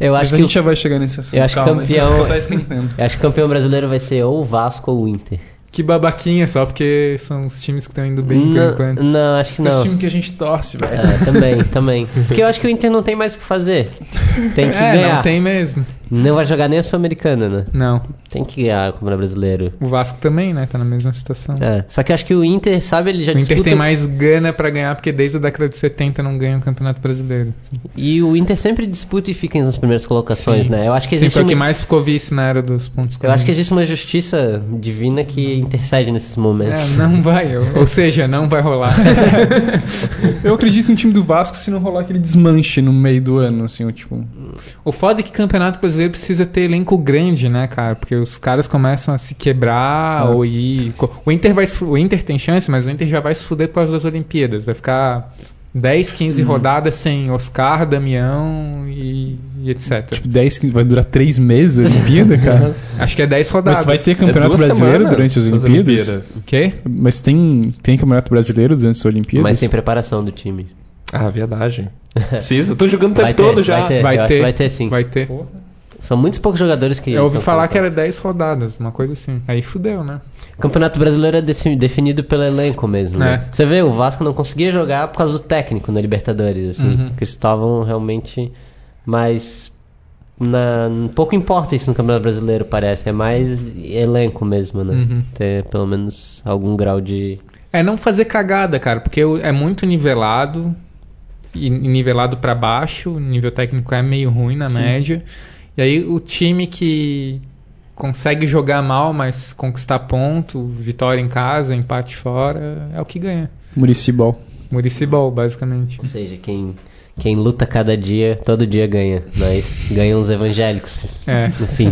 Speaker 1: Eu
Speaker 3: Mas
Speaker 1: acho
Speaker 3: a
Speaker 1: que
Speaker 3: gente já vai chegar nesse assunto.
Speaker 1: eu acho que
Speaker 3: Calma,
Speaker 1: campeão-
Speaker 3: só tá esquentando.
Speaker 1: eu acho que o campeão brasileiro vai ser ou o Vasco ou o Inter.
Speaker 2: que babaquinha, só porque são os times que estão indo bem por
Speaker 1: Não,
Speaker 2: enquanto.
Speaker 1: não, acho que
Speaker 3: É o
Speaker 1: não.
Speaker 3: time que a gente torce, velho.
Speaker 1: É, também, também. Porque eu acho que o Inter não tem mais o que fazer. Tem que
Speaker 2: É,
Speaker 1: ganhar.
Speaker 2: não tem mesmo.
Speaker 1: Não vai jogar nem a Sul-Americana, né?
Speaker 2: Não.
Speaker 1: Tem que ganhar o Campeonato Brasileiro.
Speaker 2: O Vasco também, né? Tá na mesma situação.
Speaker 1: É, Só que eu acho que o Inter, sabe, ele já
Speaker 2: O Inter
Speaker 1: disputa.
Speaker 2: tem mais gana pra ganhar, porque desde a década de 70 não ganha o Campeonato Brasileiro.
Speaker 1: E o Inter sempre disputa e fica nas primeiras colocações,
Speaker 2: Sim.
Speaker 1: né? Eu acho que
Speaker 2: Sim,
Speaker 1: existe
Speaker 2: foi é o que
Speaker 1: uma-
Speaker 2: mais ficou vice na era dos pontos
Speaker 1: Eu acho que
Speaker 2: corridos.
Speaker 1: existe uma justiça divina que intercede nesses momentos.
Speaker 2: É, não vai, ou, ou seja, não vai rolar.
Speaker 1: É.
Speaker 3: Eu acredito no time do Vasco se não rolar aquele desmanche no meio do ano, assim, eu, tipo.
Speaker 2: o foda é que campeonato brasileiro precisa ter elenco grande, né, cara? Porque os caras começam a se quebrar
Speaker 1: Tá.
Speaker 3: Sim.
Speaker 2: ou ir. co- O Inter, vai, se fu- o Inter tem chance, mas o Inter já vai se fuder por causa das Olimpíadas. Vai ficar 10,
Speaker 1: Uhum.
Speaker 2: 15 rodadas sem Oscar, Damião e, e etc.
Speaker 3: Tipo, 10, 15, vai durar 3 meses a Olimpíada, cara?
Speaker 2: Acho que é 10 rodadas.
Speaker 3: Mas vai ter
Speaker 4: É
Speaker 3: campeonato
Speaker 4: duas
Speaker 3: brasileiro
Speaker 4: semanas
Speaker 3: durante as
Speaker 4: as
Speaker 3: Olimpíadas?
Speaker 4: Olimpíadas.
Speaker 2: O quê?
Speaker 3: Mas tem, tem campeonato brasileiro durante as Olimpíadas?
Speaker 1: Mas tem preparação do time.
Speaker 4: Ah, viadagem. Precisa, tô jogando o tempo
Speaker 1: Vai ter,
Speaker 4: todo
Speaker 1: vai
Speaker 4: já.
Speaker 1: ter. É,
Speaker 2: Vai
Speaker 1: eu acho
Speaker 2: ter,
Speaker 1: que vai ter sim.
Speaker 2: Vai ter.
Speaker 1: São muitos poucos jogadores que.
Speaker 2: Eu ouvi
Speaker 1: são
Speaker 2: falar que
Speaker 1: colocados.
Speaker 2: era 10 rodadas, uma coisa assim. Aí fudeu, né?
Speaker 1: Campeonato brasileiro é deci- definido pelo elenco mesmo. né?
Speaker 2: É.
Speaker 1: Você vê, o Vasco não conseguia jogar por causa do técnico na Libertadores. Assim.
Speaker 2: Uhum.
Speaker 1: Cristóvão realmente. Mas. na- pouco importa isso no Campeonato Brasileiro, parece. É mais elenco mesmo, né?
Speaker 2: Uhum.
Speaker 1: Ter pelo menos algum grau de.
Speaker 2: É não fazer cagada, cara, porque o- é muito nivelado e e nivelado pra baixo, o nível técnico é meio ruim na média. E aí o time que consegue jogar mal, mas conquistar ponto, vitória em casa, empate fora, é o que ganha.
Speaker 3: Muricibol.
Speaker 2: Muricibol, basicamente.
Speaker 1: Ou seja, quem, quem luta cada dia, todo dia ganha. Mas ganham os evangélicos.
Speaker 2: É,
Speaker 1: Enfim.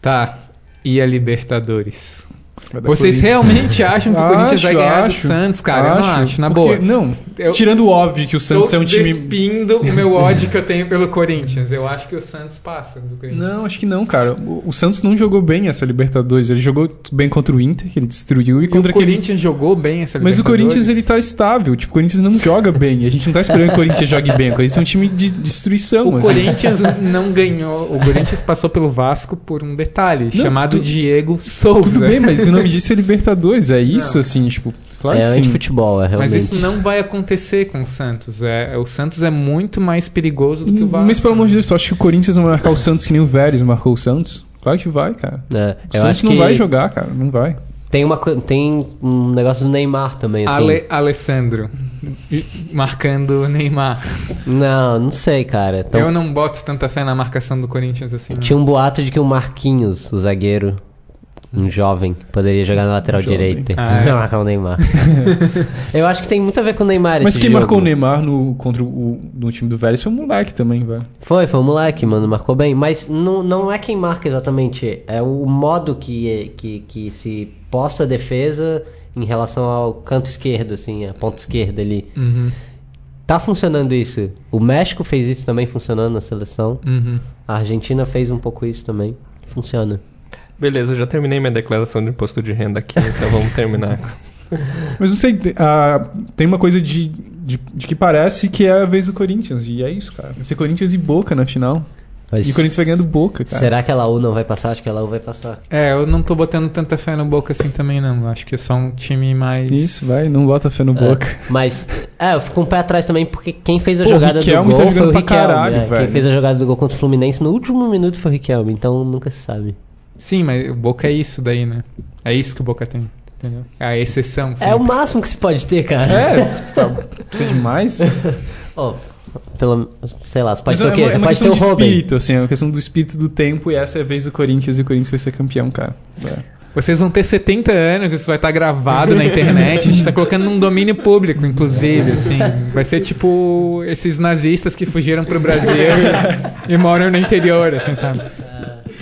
Speaker 2: tá. E a Libertadores.
Speaker 3: Vai dar
Speaker 2: Vocês
Speaker 3: Corinthians.
Speaker 2: realmente acham que o Corinthians vai
Speaker 3: Acho,
Speaker 2: ganhar
Speaker 3: acho,
Speaker 2: do Santos, cara? eu não acho, na boa.
Speaker 3: Porque- não,
Speaker 2: Eu-
Speaker 3: tirando o óbvio que o Santos é um time...
Speaker 2: despindo o meu ódio que eu tenho pelo Corinthians. Eu acho que o Santos passa do Corinthians.
Speaker 3: Não, acho que não, cara. O, o Santos não jogou bem essa Libertadores. Ele jogou bem contra o Inter, que ele destruiu, e
Speaker 2: e o
Speaker 3: contra aquele...
Speaker 2: Corinthians jogou bem essa
Speaker 3: Mas o
Speaker 2: Libertadores.
Speaker 3: Corinthians, ele tá estável. Tipo, o Corinthians não joga bem. A gente não tá esperando que o Corinthians jogue bem. O Corinthians é um time de destruição.
Speaker 2: O
Speaker 3: assim.
Speaker 2: Corinthians não ganhou. O Corinthians passou pelo Vasco por um detalhe
Speaker 3: Não,
Speaker 2: chamado
Speaker 3: tu-
Speaker 2: Diego Souza.
Speaker 1: né?
Speaker 3: Tudo bem, mas o nome disso é Libertadores. É isso, assim, tipo... Claro
Speaker 1: é
Speaker 3: que sim.
Speaker 1: antifutebol, é
Speaker 2: Mas
Speaker 1: realmente.
Speaker 2: isso não vai acontecer com o Santos. É, o Santos é muito mais perigoso do que o Vasco.
Speaker 3: Mas pelo amor de Deus, tu acha que o Corinthians não vai marcar o Santos que nem o Vélez marcou o Santos? Claro que vai, cara.
Speaker 1: É,
Speaker 3: O
Speaker 1: eu
Speaker 3: Santos
Speaker 1: acho
Speaker 3: não
Speaker 1: que
Speaker 3: vai jogar, cara. Não vai.
Speaker 1: Tem, uma, co- tem um negócio do Neymar também, assim.
Speaker 2: Ale, Alessandro marcando o Neymar.
Speaker 1: Não, não sei, cara. Então,
Speaker 2: Eu não boto tanta fé na marcação do Corinthians assim. não.
Speaker 1: Tinha um boato de que o Marquinhos, o zagueiro, um jovem, poderia jogar na lateral
Speaker 3: Jovem.
Speaker 1: direita.
Speaker 2: Ah, é.
Speaker 1: Não marcar o Neymar. eu acho que tem muito a ver com o Neymar
Speaker 3: Mas
Speaker 1: esse
Speaker 3: quem
Speaker 1: jogo.
Speaker 3: marcou o Neymar no, contra o, no time do Vélez foi o moleque também, velho.
Speaker 1: Foi, foi o moleque, mano, marcou bem. Mas não, não é quem marca exatamente, é o modo que, que, que se posta a defesa em relação ao canto esquerdo, assim, a ponta esquerda ali.
Speaker 2: Uhum,
Speaker 1: Tá funcionando isso. O México fez isso também, funcionando na seleção.
Speaker 2: uhum.
Speaker 1: A Argentina fez um pouco isso também. Funciona.
Speaker 4: Beleza, eu já terminei minha declaração de imposto de renda aqui, então vamos terminar.
Speaker 3: Mas não sei, te- ah, tem uma coisa de, de, de que parece que é a vez do Corinthians. E é isso, cara. Vai ser Corinthians e Boca na final.
Speaker 1: Mas
Speaker 3: E o Corinthians vai ganhando Boca, cara.
Speaker 1: Será que a Laú não vai passar? Acho que a Laú vai passar.
Speaker 2: É, eu não tô botando tanta fé no Boca assim também, não. Acho que é só um time mais.
Speaker 3: Isso, vai. Não bota fé no Boca.
Speaker 1: É, mas, é, eu fico um pé atrás também, porque quem fez a
Speaker 3: Pô, o
Speaker 1: jogada do
Speaker 3: Riquelme
Speaker 1: gol
Speaker 3: tá
Speaker 1: foi o
Speaker 3: jogando pra
Speaker 1: Riquelme.
Speaker 3: caralho,
Speaker 1: é.
Speaker 3: velho.
Speaker 1: Quem fez a jogada do gol contra o Fluminense no último minuto foi o Riquelme, então nunca se sabe.
Speaker 2: Sim, mas o Boca é isso daí, né? É isso que o Boca tem. Entendeu? É a
Speaker 1: um-
Speaker 2: exceção. sim.
Speaker 1: É o máximo que se pode ter, cara.
Speaker 3: É, sabe? Precisa demais.
Speaker 1: Ó, pelo, sei lá, você pode
Speaker 3: Mas
Speaker 1: ter o
Speaker 3: é
Speaker 1: quê?
Speaker 3: uma- é
Speaker 1: Você pode ter
Speaker 3: uma questão
Speaker 1: o
Speaker 3: de
Speaker 1: Robin.
Speaker 3: espírito, assim, é uma questão do espírito do tempo e essa é a vez do Corinthians e o Corinthians vai ser campeão, cara. É.
Speaker 2: Vocês vão ter 70 anos, isso vai estar gravado na internet. A gente tá colocando num domínio público, inclusive, assim. Vai ser tipo esses nazistas que fugiram pro Brasil e, e moram no interior, assim, sabe?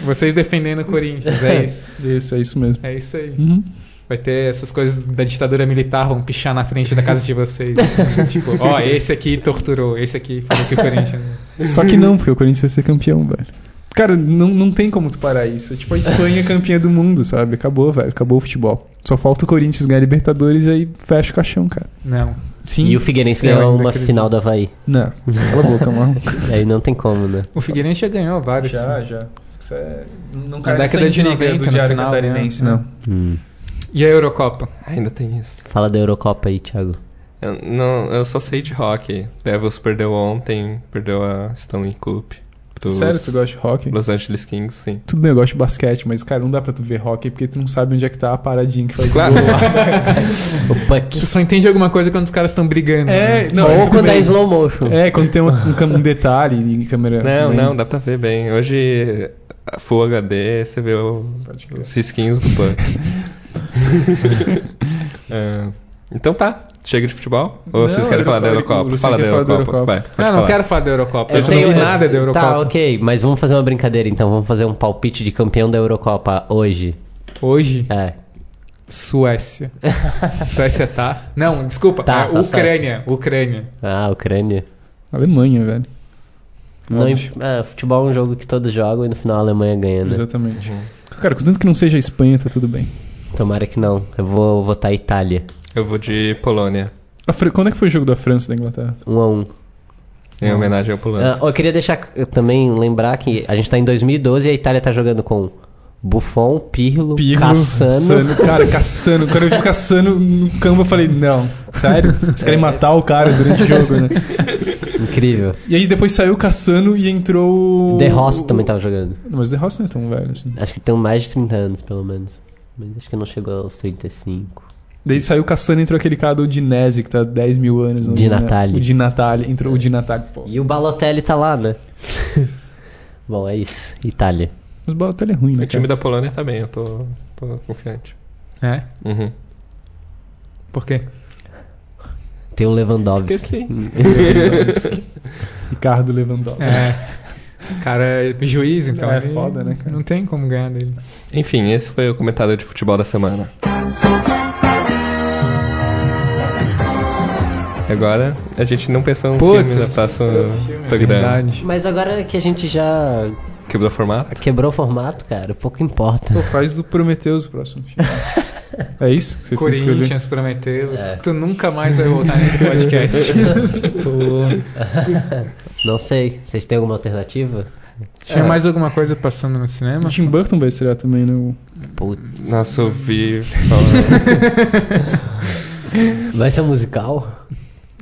Speaker 2: Vocês defendendo o Corinthians, é isso.
Speaker 3: Isso, é isso mesmo.
Speaker 2: É isso aí.
Speaker 3: Uhum.
Speaker 2: Vai ter essas coisas da ditadura militar, vão pichar na frente da casa de vocês. assim, tipo, ó, esse aqui torturou, esse aqui falou que o Corinthians.
Speaker 3: Só que não, porque o Corinthians vai ser campeão, velho. Cara, não, não tem como tu parar isso. Tipo, a Espanha é campeã do mundo, sabe? Acabou, velho. Acabou o futebol. Só falta o Corinthians ganhar Libertadores e aí fecha o caixão, cara.
Speaker 2: Não.
Speaker 3: Sim. É,
Speaker 1: E o Figueirense
Speaker 2: Eu
Speaker 1: ganhou
Speaker 2: ainda
Speaker 1: uma
Speaker 2: acredito.
Speaker 1: final da Havaí.
Speaker 3: Não, cala a boca, mano.
Speaker 1: Aí não tem como, né?
Speaker 2: O Figueirense já ganhou vários.
Speaker 3: já. Isso é. Não
Speaker 2: cai nessa intriga do Diário Catarinense,
Speaker 3: não.
Speaker 1: Hum.
Speaker 2: E a Eurocopa?
Speaker 4: Ainda tem isso.
Speaker 1: Fala da Eurocopa aí, Thiago.
Speaker 4: Eu, não, eu só sei de hockey. Devils perdeu ontem, perdeu a Stanley Cup. pros
Speaker 3: Sério, tu gosta de hockey?
Speaker 4: Los Angeles Kings, sim.
Speaker 3: Tudo bem, eu gosto de basquete, mas, cara, não dá pra tu ver hockey porque tu não sabe onde é que tá a paradinha que faz
Speaker 4: Claro.
Speaker 3: gol lá.
Speaker 1: O Puck.
Speaker 2: Tu só entende alguma coisa quando os caras estão brigando.
Speaker 3: É,
Speaker 2: né?
Speaker 3: não,
Speaker 1: Ou
Speaker 3: tudo
Speaker 1: quando é
Speaker 3: bem.
Speaker 1: slow motion.
Speaker 3: É, quando tem uma- um, cam- um detalhe em câmera.
Speaker 4: Não,
Speaker 3: lenta.
Speaker 4: não, dá pra ver bem. Hoje, a Full HD, você vê o-
Speaker 3: Pode crer.
Speaker 4: os risquinhos do punk. É, então tá, chega de futebol? Ou vocês
Speaker 3: Não,
Speaker 4: querem
Speaker 3: eu
Speaker 4: falar da
Speaker 3: falei que o
Speaker 4: Eurocopa?
Speaker 3: Luciano
Speaker 4: Fala da
Speaker 3: quer falar da Eurocopa.
Speaker 4: Eurocopa, vai. pode
Speaker 2: Ah, não
Speaker 4: falar.
Speaker 2: quero falar da Eurocopa.
Speaker 1: Eu
Speaker 2: Eu, não
Speaker 1: tenho-
Speaker 2: vi nada da Eurocopa.
Speaker 1: Tá, ok, mas vamos fazer uma brincadeira então. Vamos fazer um palpite de campeão da Eurocopa hoje.
Speaker 2: Hoje,
Speaker 1: É.
Speaker 2: Suécia. Suécia tá. Não, desculpa.
Speaker 1: Tá,
Speaker 2: é
Speaker 1: tá,
Speaker 2: Ucrânia. Ucrânia.
Speaker 1: Ah, Ucrânia.
Speaker 3: Alemanha, velho.
Speaker 1: Não,
Speaker 3: Óbvio.
Speaker 1: imp- é, futebol é um jogo que todos jogam e no final a Alemanha ganha, né?
Speaker 3: Exatamente. Cara, contanto que não seja a Espanha, tá tudo bem.
Speaker 1: Tomara que não. Eu vou votar Itália.
Speaker 4: Eu vou de Polônia,
Speaker 3: A Fran- Quando é que foi o jogo da França e da Inglaterra?
Speaker 1: Um a um.
Speaker 4: em homenagem ao
Speaker 1: Ah,
Speaker 4: Polônia.
Speaker 1: eu queria deixar eu também lembrar que a gente tá em 2012 e a Itália tá jogando com Buffon, Pirlo, Cassano.
Speaker 3: Sano, cara, Cassano. Quando eu vi o Cassano no campo, eu falei, não, sério? Vocês querem matar o cara durante o jogo, né?
Speaker 1: Incrível.
Speaker 3: E aí depois saiu o Cassano e entrou o...
Speaker 1: De Ross também tá- tava jogando.
Speaker 3: Não, mas o De Ross não é tão velho assim.
Speaker 1: Acho que tem mais de 30 anos, pelo menos. Mas acho que não chegou aos 35.
Speaker 3: Daí saiu o Cassano e entrou aquele cara do Dinese, que tá há 10 mil anos. não
Speaker 1: Di
Speaker 3: né?
Speaker 1: Natale.
Speaker 3: O Di Natale. Entrou o Di Natale, pô.
Speaker 1: E o Balotelli tá lá, né? Bom, é isso. Itália.
Speaker 3: Mas o Balotelli é ruim, né,
Speaker 4: O time
Speaker 3: cara?
Speaker 4: da Polônia tá bem, eu tô, tô confiante.
Speaker 2: É?
Speaker 4: Uhum.
Speaker 2: Por quê?
Speaker 1: Tem o Lewandowski.
Speaker 3: Ricardo Lewandowski.
Speaker 2: É. Cara, é juiz, então.
Speaker 3: É
Speaker 2: ele
Speaker 3: foda, né, cara?
Speaker 2: Não tem como ganhar dele.
Speaker 4: Enfim, esse foi o comentário de futebol da semana. Agora, a gente não pensou né? no
Speaker 2: Putz, É
Speaker 4: filme da próxima É programa.
Speaker 2: Verdade.
Speaker 1: Mas agora que a gente já
Speaker 4: Quebrou o formato?
Speaker 1: quebrou o formato, cara, pouco importa.
Speaker 3: Pô, faz do Prometheus o próximo filme. é isso que vocês têm que escolher?
Speaker 2: Corinthians prometeu.
Speaker 1: É.
Speaker 2: Tu nunca mais vai voltar nesse podcast. Pô.
Speaker 1: Não sei. Vocês têm alguma alternativa?
Speaker 2: Tinha mais alguma coisa passando no cinema?
Speaker 3: O Tim Burton vai estrear também, né? o-
Speaker 1: Putz.
Speaker 4: Nossa, eu vi falar.
Speaker 1: Vai ser um musical?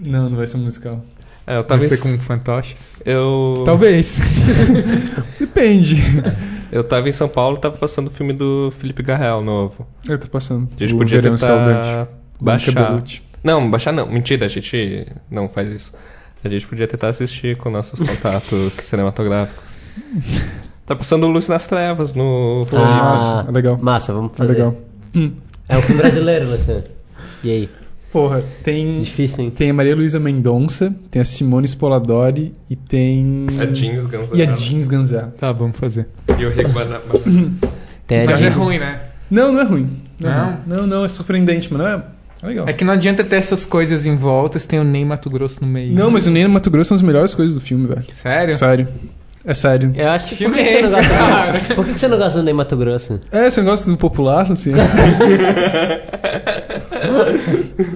Speaker 3: Não, não vai ser um musical.
Speaker 4: É,
Speaker 2: Vai
Speaker 4: eu tava
Speaker 2: ser
Speaker 4: em-
Speaker 2: com fantoches?
Speaker 4: eu,
Speaker 3: Talvez. Depende.
Speaker 4: eu tava em São Paulo, tava passando o filme do Felipe Garrel novo.
Speaker 3: Eu tô passando.
Speaker 4: A gente
Speaker 3: O
Speaker 4: podia
Speaker 3: Verão
Speaker 4: tentar
Speaker 3: Escaldante. Luca
Speaker 4: baixar.
Speaker 3: Bellucci.
Speaker 4: Não, baixar não. Mentira, a gente não faz isso. A gente podia tentar assistir com nossos contatos cinematográficos. Tá passando Luz nas Trevas no Floripa.
Speaker 3: massa, é legal.
Speaker 1: Ah, Massa, vamos
Speaker 3: Tá
Speaker 1: fazer.
Speaker 3: legal.
Speaker 1: É um filme brasileiro, Luciano. E aí?
Speaker 3: Porra, tem...
Speaker 1: Difícil, hein?
Speaker 3: Tem a Maria Luísa Mendonça, tem a Simone Spoladori e tem...
Speaker 4: A Jeans Gonzaga.
Speaker 3: E a Jeans Ganzá.
Speaker 2: Tá, vamos fazer.
Speaker 4: E o Rick Barnabas.
Speaker 1: Tem a
Speaker 2: Mas é
Speaker 1: Jean-
Speaker 2: ruim, né?
Speaker 3: Não, não é ruim.
Speaker 2: Não?
Speaker 3: é ruim. Não, não, é surpreendente, mas não é... É legal.
Speaker 2: É que não adianta ter essas coisas em volta se tem o Ney Mato Grosso no meio.
Speaker 3: Não, mas o Ney no Mato Grosso são as melhores coisas do filme, velho.
Speaker 2: Sério?
Speaker 3: Sério. É sério.
Speaker 1: Eu acho que. Por
Speaker 2: filme
Speaker 1: que, que
Speaker 2: é
Speaker 1: você
Speaker 2: esse,
Speaker 1: não gosta
Speaker 2: cara?
Speaker 1: Por que que você não gosta do Ney Mato Grosso?
Speaker 3: É, esse negócio do popular, assim.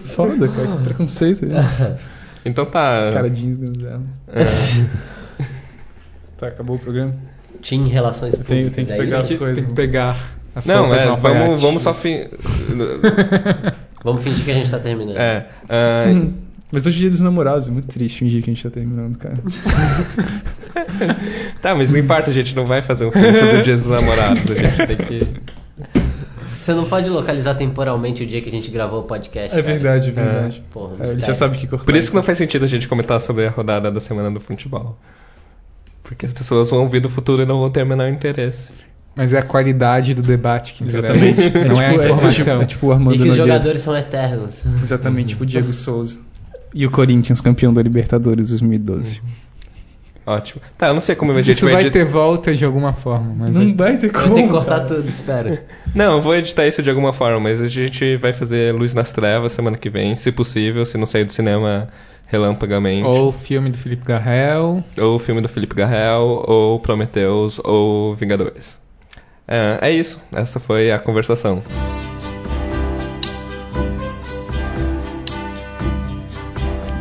Speaker 3: Foda, cara. que Preconceito. né?
Speaker 4: Então tá.
Speaker 3: Cara de jeans dela. Tá, acabou o programa?
Speaker 1: Tinha relações
Speaker 3: Eu tenho,
Speaker 1: públicas.
Speaker 3: eu tenho que
Speaker 1: é
Speaker 3: pegar
Speaker 1: isso?
Speaker 3: as coisas.
Speaker 2: Tem que pegar as
Speaker 4: Não,
Speaker 2: roupas
Speaker 4: é,
Speaker 2: no
Speaker 4: vamos,
Speaker 2: alfaiate.
Speaker 4: vamos só fim.
Speaker 1: Vamos fingir que a gente tá terminando.
Speaker 4: É. ah,
Speaker 3: Mas hoje é dia dos namorados, é muito triste fingir que a gente tá terminando, cara.
Speaker 4: tá, mas não importa, a gente não vai fazer um filme sobre o Dia dos Namorados. A gente tem que.
Speaker 1: Você não pode localizar temporalmente o dia que a gente gravou o podcast. cara.
Speaker 3: É verdade, é verdade.
Speaker 1: Porra,
Speaker 3: É, ele
Speaker 1: mistério.
Speaker 3: já sabe que cortar.
Speaker 4: Por isso que não faz sentido a gente comentar sobre a rodada da semana do futebol. Porque as pessoas vão ouvir do futuro e não vão ter o menor interesse.
Speaker 2: Mas é a qualidade do debate que interessa.
Speaker 3: Exatamente.
Speaker 2: Não é,
Speaker 3: tipo-
Speaker 2: a informação.
Speaker 3: tipo- É tipo o
Speaker 1: E
Speaker 3: Armando
Speaker 1: que os
Speaker 3: Nogueira.
Speaker 1: jogadores são eternos.
Speaker 3: Exatamente, tipo o Diego Souza. E o Corinthians, campeão da Libertadores 2012.
Speaker 2: Uhum.
Speaker 4: Ótimo. Tá, eu não sei como a gente
Speaker 2: Isso vai
Speaker 4: edi-
Speaker 2: ter volta de alguma forma, mas é-
Speaker 3: Não vai ter
Speaker 1: Eu
Speaker 3: como.
Speaker 1: tenho que cortar
Speaker 3: cara.
Speaker 1: tudo, espero.
Speaker 4: Não, eu vou editar isso de alguma forma, mas a gente vai fazer Luz nas Trevas semana que vem, se possível, se não sair do cinema relampagamente.
Speaker 2: ou o filme do Felipe Garrel.
Speaker 4: Ou o filme do Felipe Garrel, ou Prometheus, ou Vingadores. É, é isso, essa foi a conversação.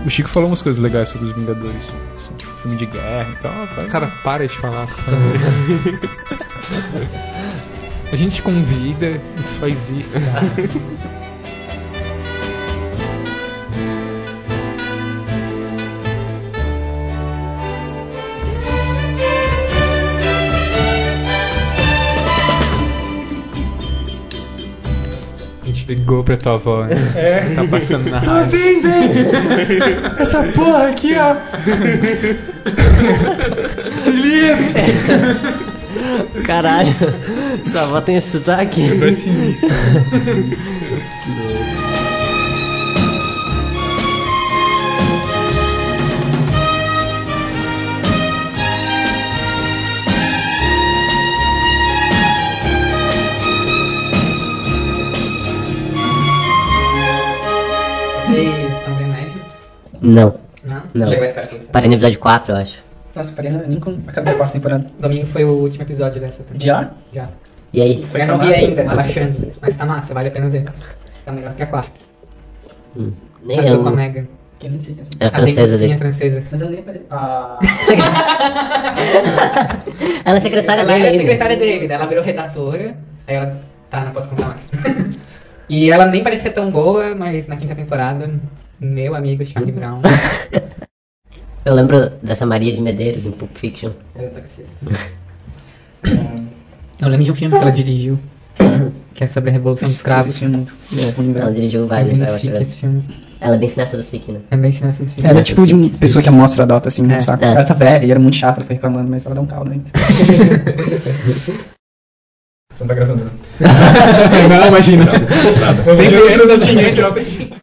Speaker 3: O Chico falou umas coisas legais sobre os Vingadores. Tipo, filme de guerra e tal. Vai.
Speaker 2: Cara, para de falar. por favor. a gente convida e tu faz isso, cara. A gente ligou pra tua avó, né? É. Tá passando na rádio.
Speaker 3: essa porra aqui, ó.
Speaker 1: Caralho, sua avó tem esse sotaque.
Speaker 5: Vocês estão vendo Nigel?
Speaker 6: Não,
Speaker 5: Não?
Speaker 6: Não.
Speaker 5: Chegou mais perto.
Speaker 7: né?
Speaker 5: disso.
Speaker 6: parei no episódio 4, eu acho.
Speaker 5: Nossa, parei na Lincoln, acabei a quarta temporada.
Speaker 7: Domingo foi o último episódio dessa temporada.
Speaker 5: Já?
Speaker 7: Já.
Speaker 6: E aí?
Speaker 5: Foi
Speaker 7: eu não
Speaker 5: tá
Speaker 7: vi
Speaker 5: massa,
Speaker 7: ainda, tá
Speaker 5: massa.
Speaker 7: baixando. Mas tá massa, vale a pena ver. Tá melhor que a quarta.
Speaker 6: Hum, Nem
Speaker 7: Passou com a
Speaker 6: eu.
Speaker 7: Megan.
Speaker 5: Que eu nem sei. assim.
Speaker 6: É a
Speaker 7: A
Speaker 6: francesa
Speaker 7: Sim, a
Speaker 6: dele.
Speaker 7: francesa.
Speaker 5: Mas eu nem apareci. Ah,
Speaker 6: Ela é secretária
Speaker 7: ela
Speaker 6: dele
Speaker 7: era a
Speaker 6: ainda.
Speaker 7: secretária dele, daí ela virou redatora. Aí ela. Tá, não posso contar mais. e ela nem parecia tão boa, mas na quinta temporada, meu amigo Charlie Brown
Speaker 6: Eu lembro dessa Maria de Medeiros em Pulp Fiction.
Speaker 7: era é taxista. Eu lembro de um filme que ela dirigiu, que é sobre a Revolução dos Cravos.
Speaker 5: Esse filme é muito ruim,
Speaker 6: Ela
Speaker 5: velho.
Speaker 6: dirigiu
Speaker 7: É
Speaker 6: vários,
Speaker 7: bem
Speaker 6: eu acho.
Speaker 7: sick esse filme.
Speaker 6: Ela é bem sinastra do SIC, né?
Speaker 7: É bem sinistro esse filme.
Speaker 5: Ela é tipo de uma pessoa que amostra a data, assim,
Speaker 7: É.
Speaker 5: saco?
Speaker 6: É.
Speaker 5: Ela tá velha e era muito chata, ela foi reclamando, mas ela dá um caldo ainda.
Speaker 3: Você não tá gravando, né?
Speaker 2: Não, imagina.
Speaker 3: Sempre entra no dinheiro.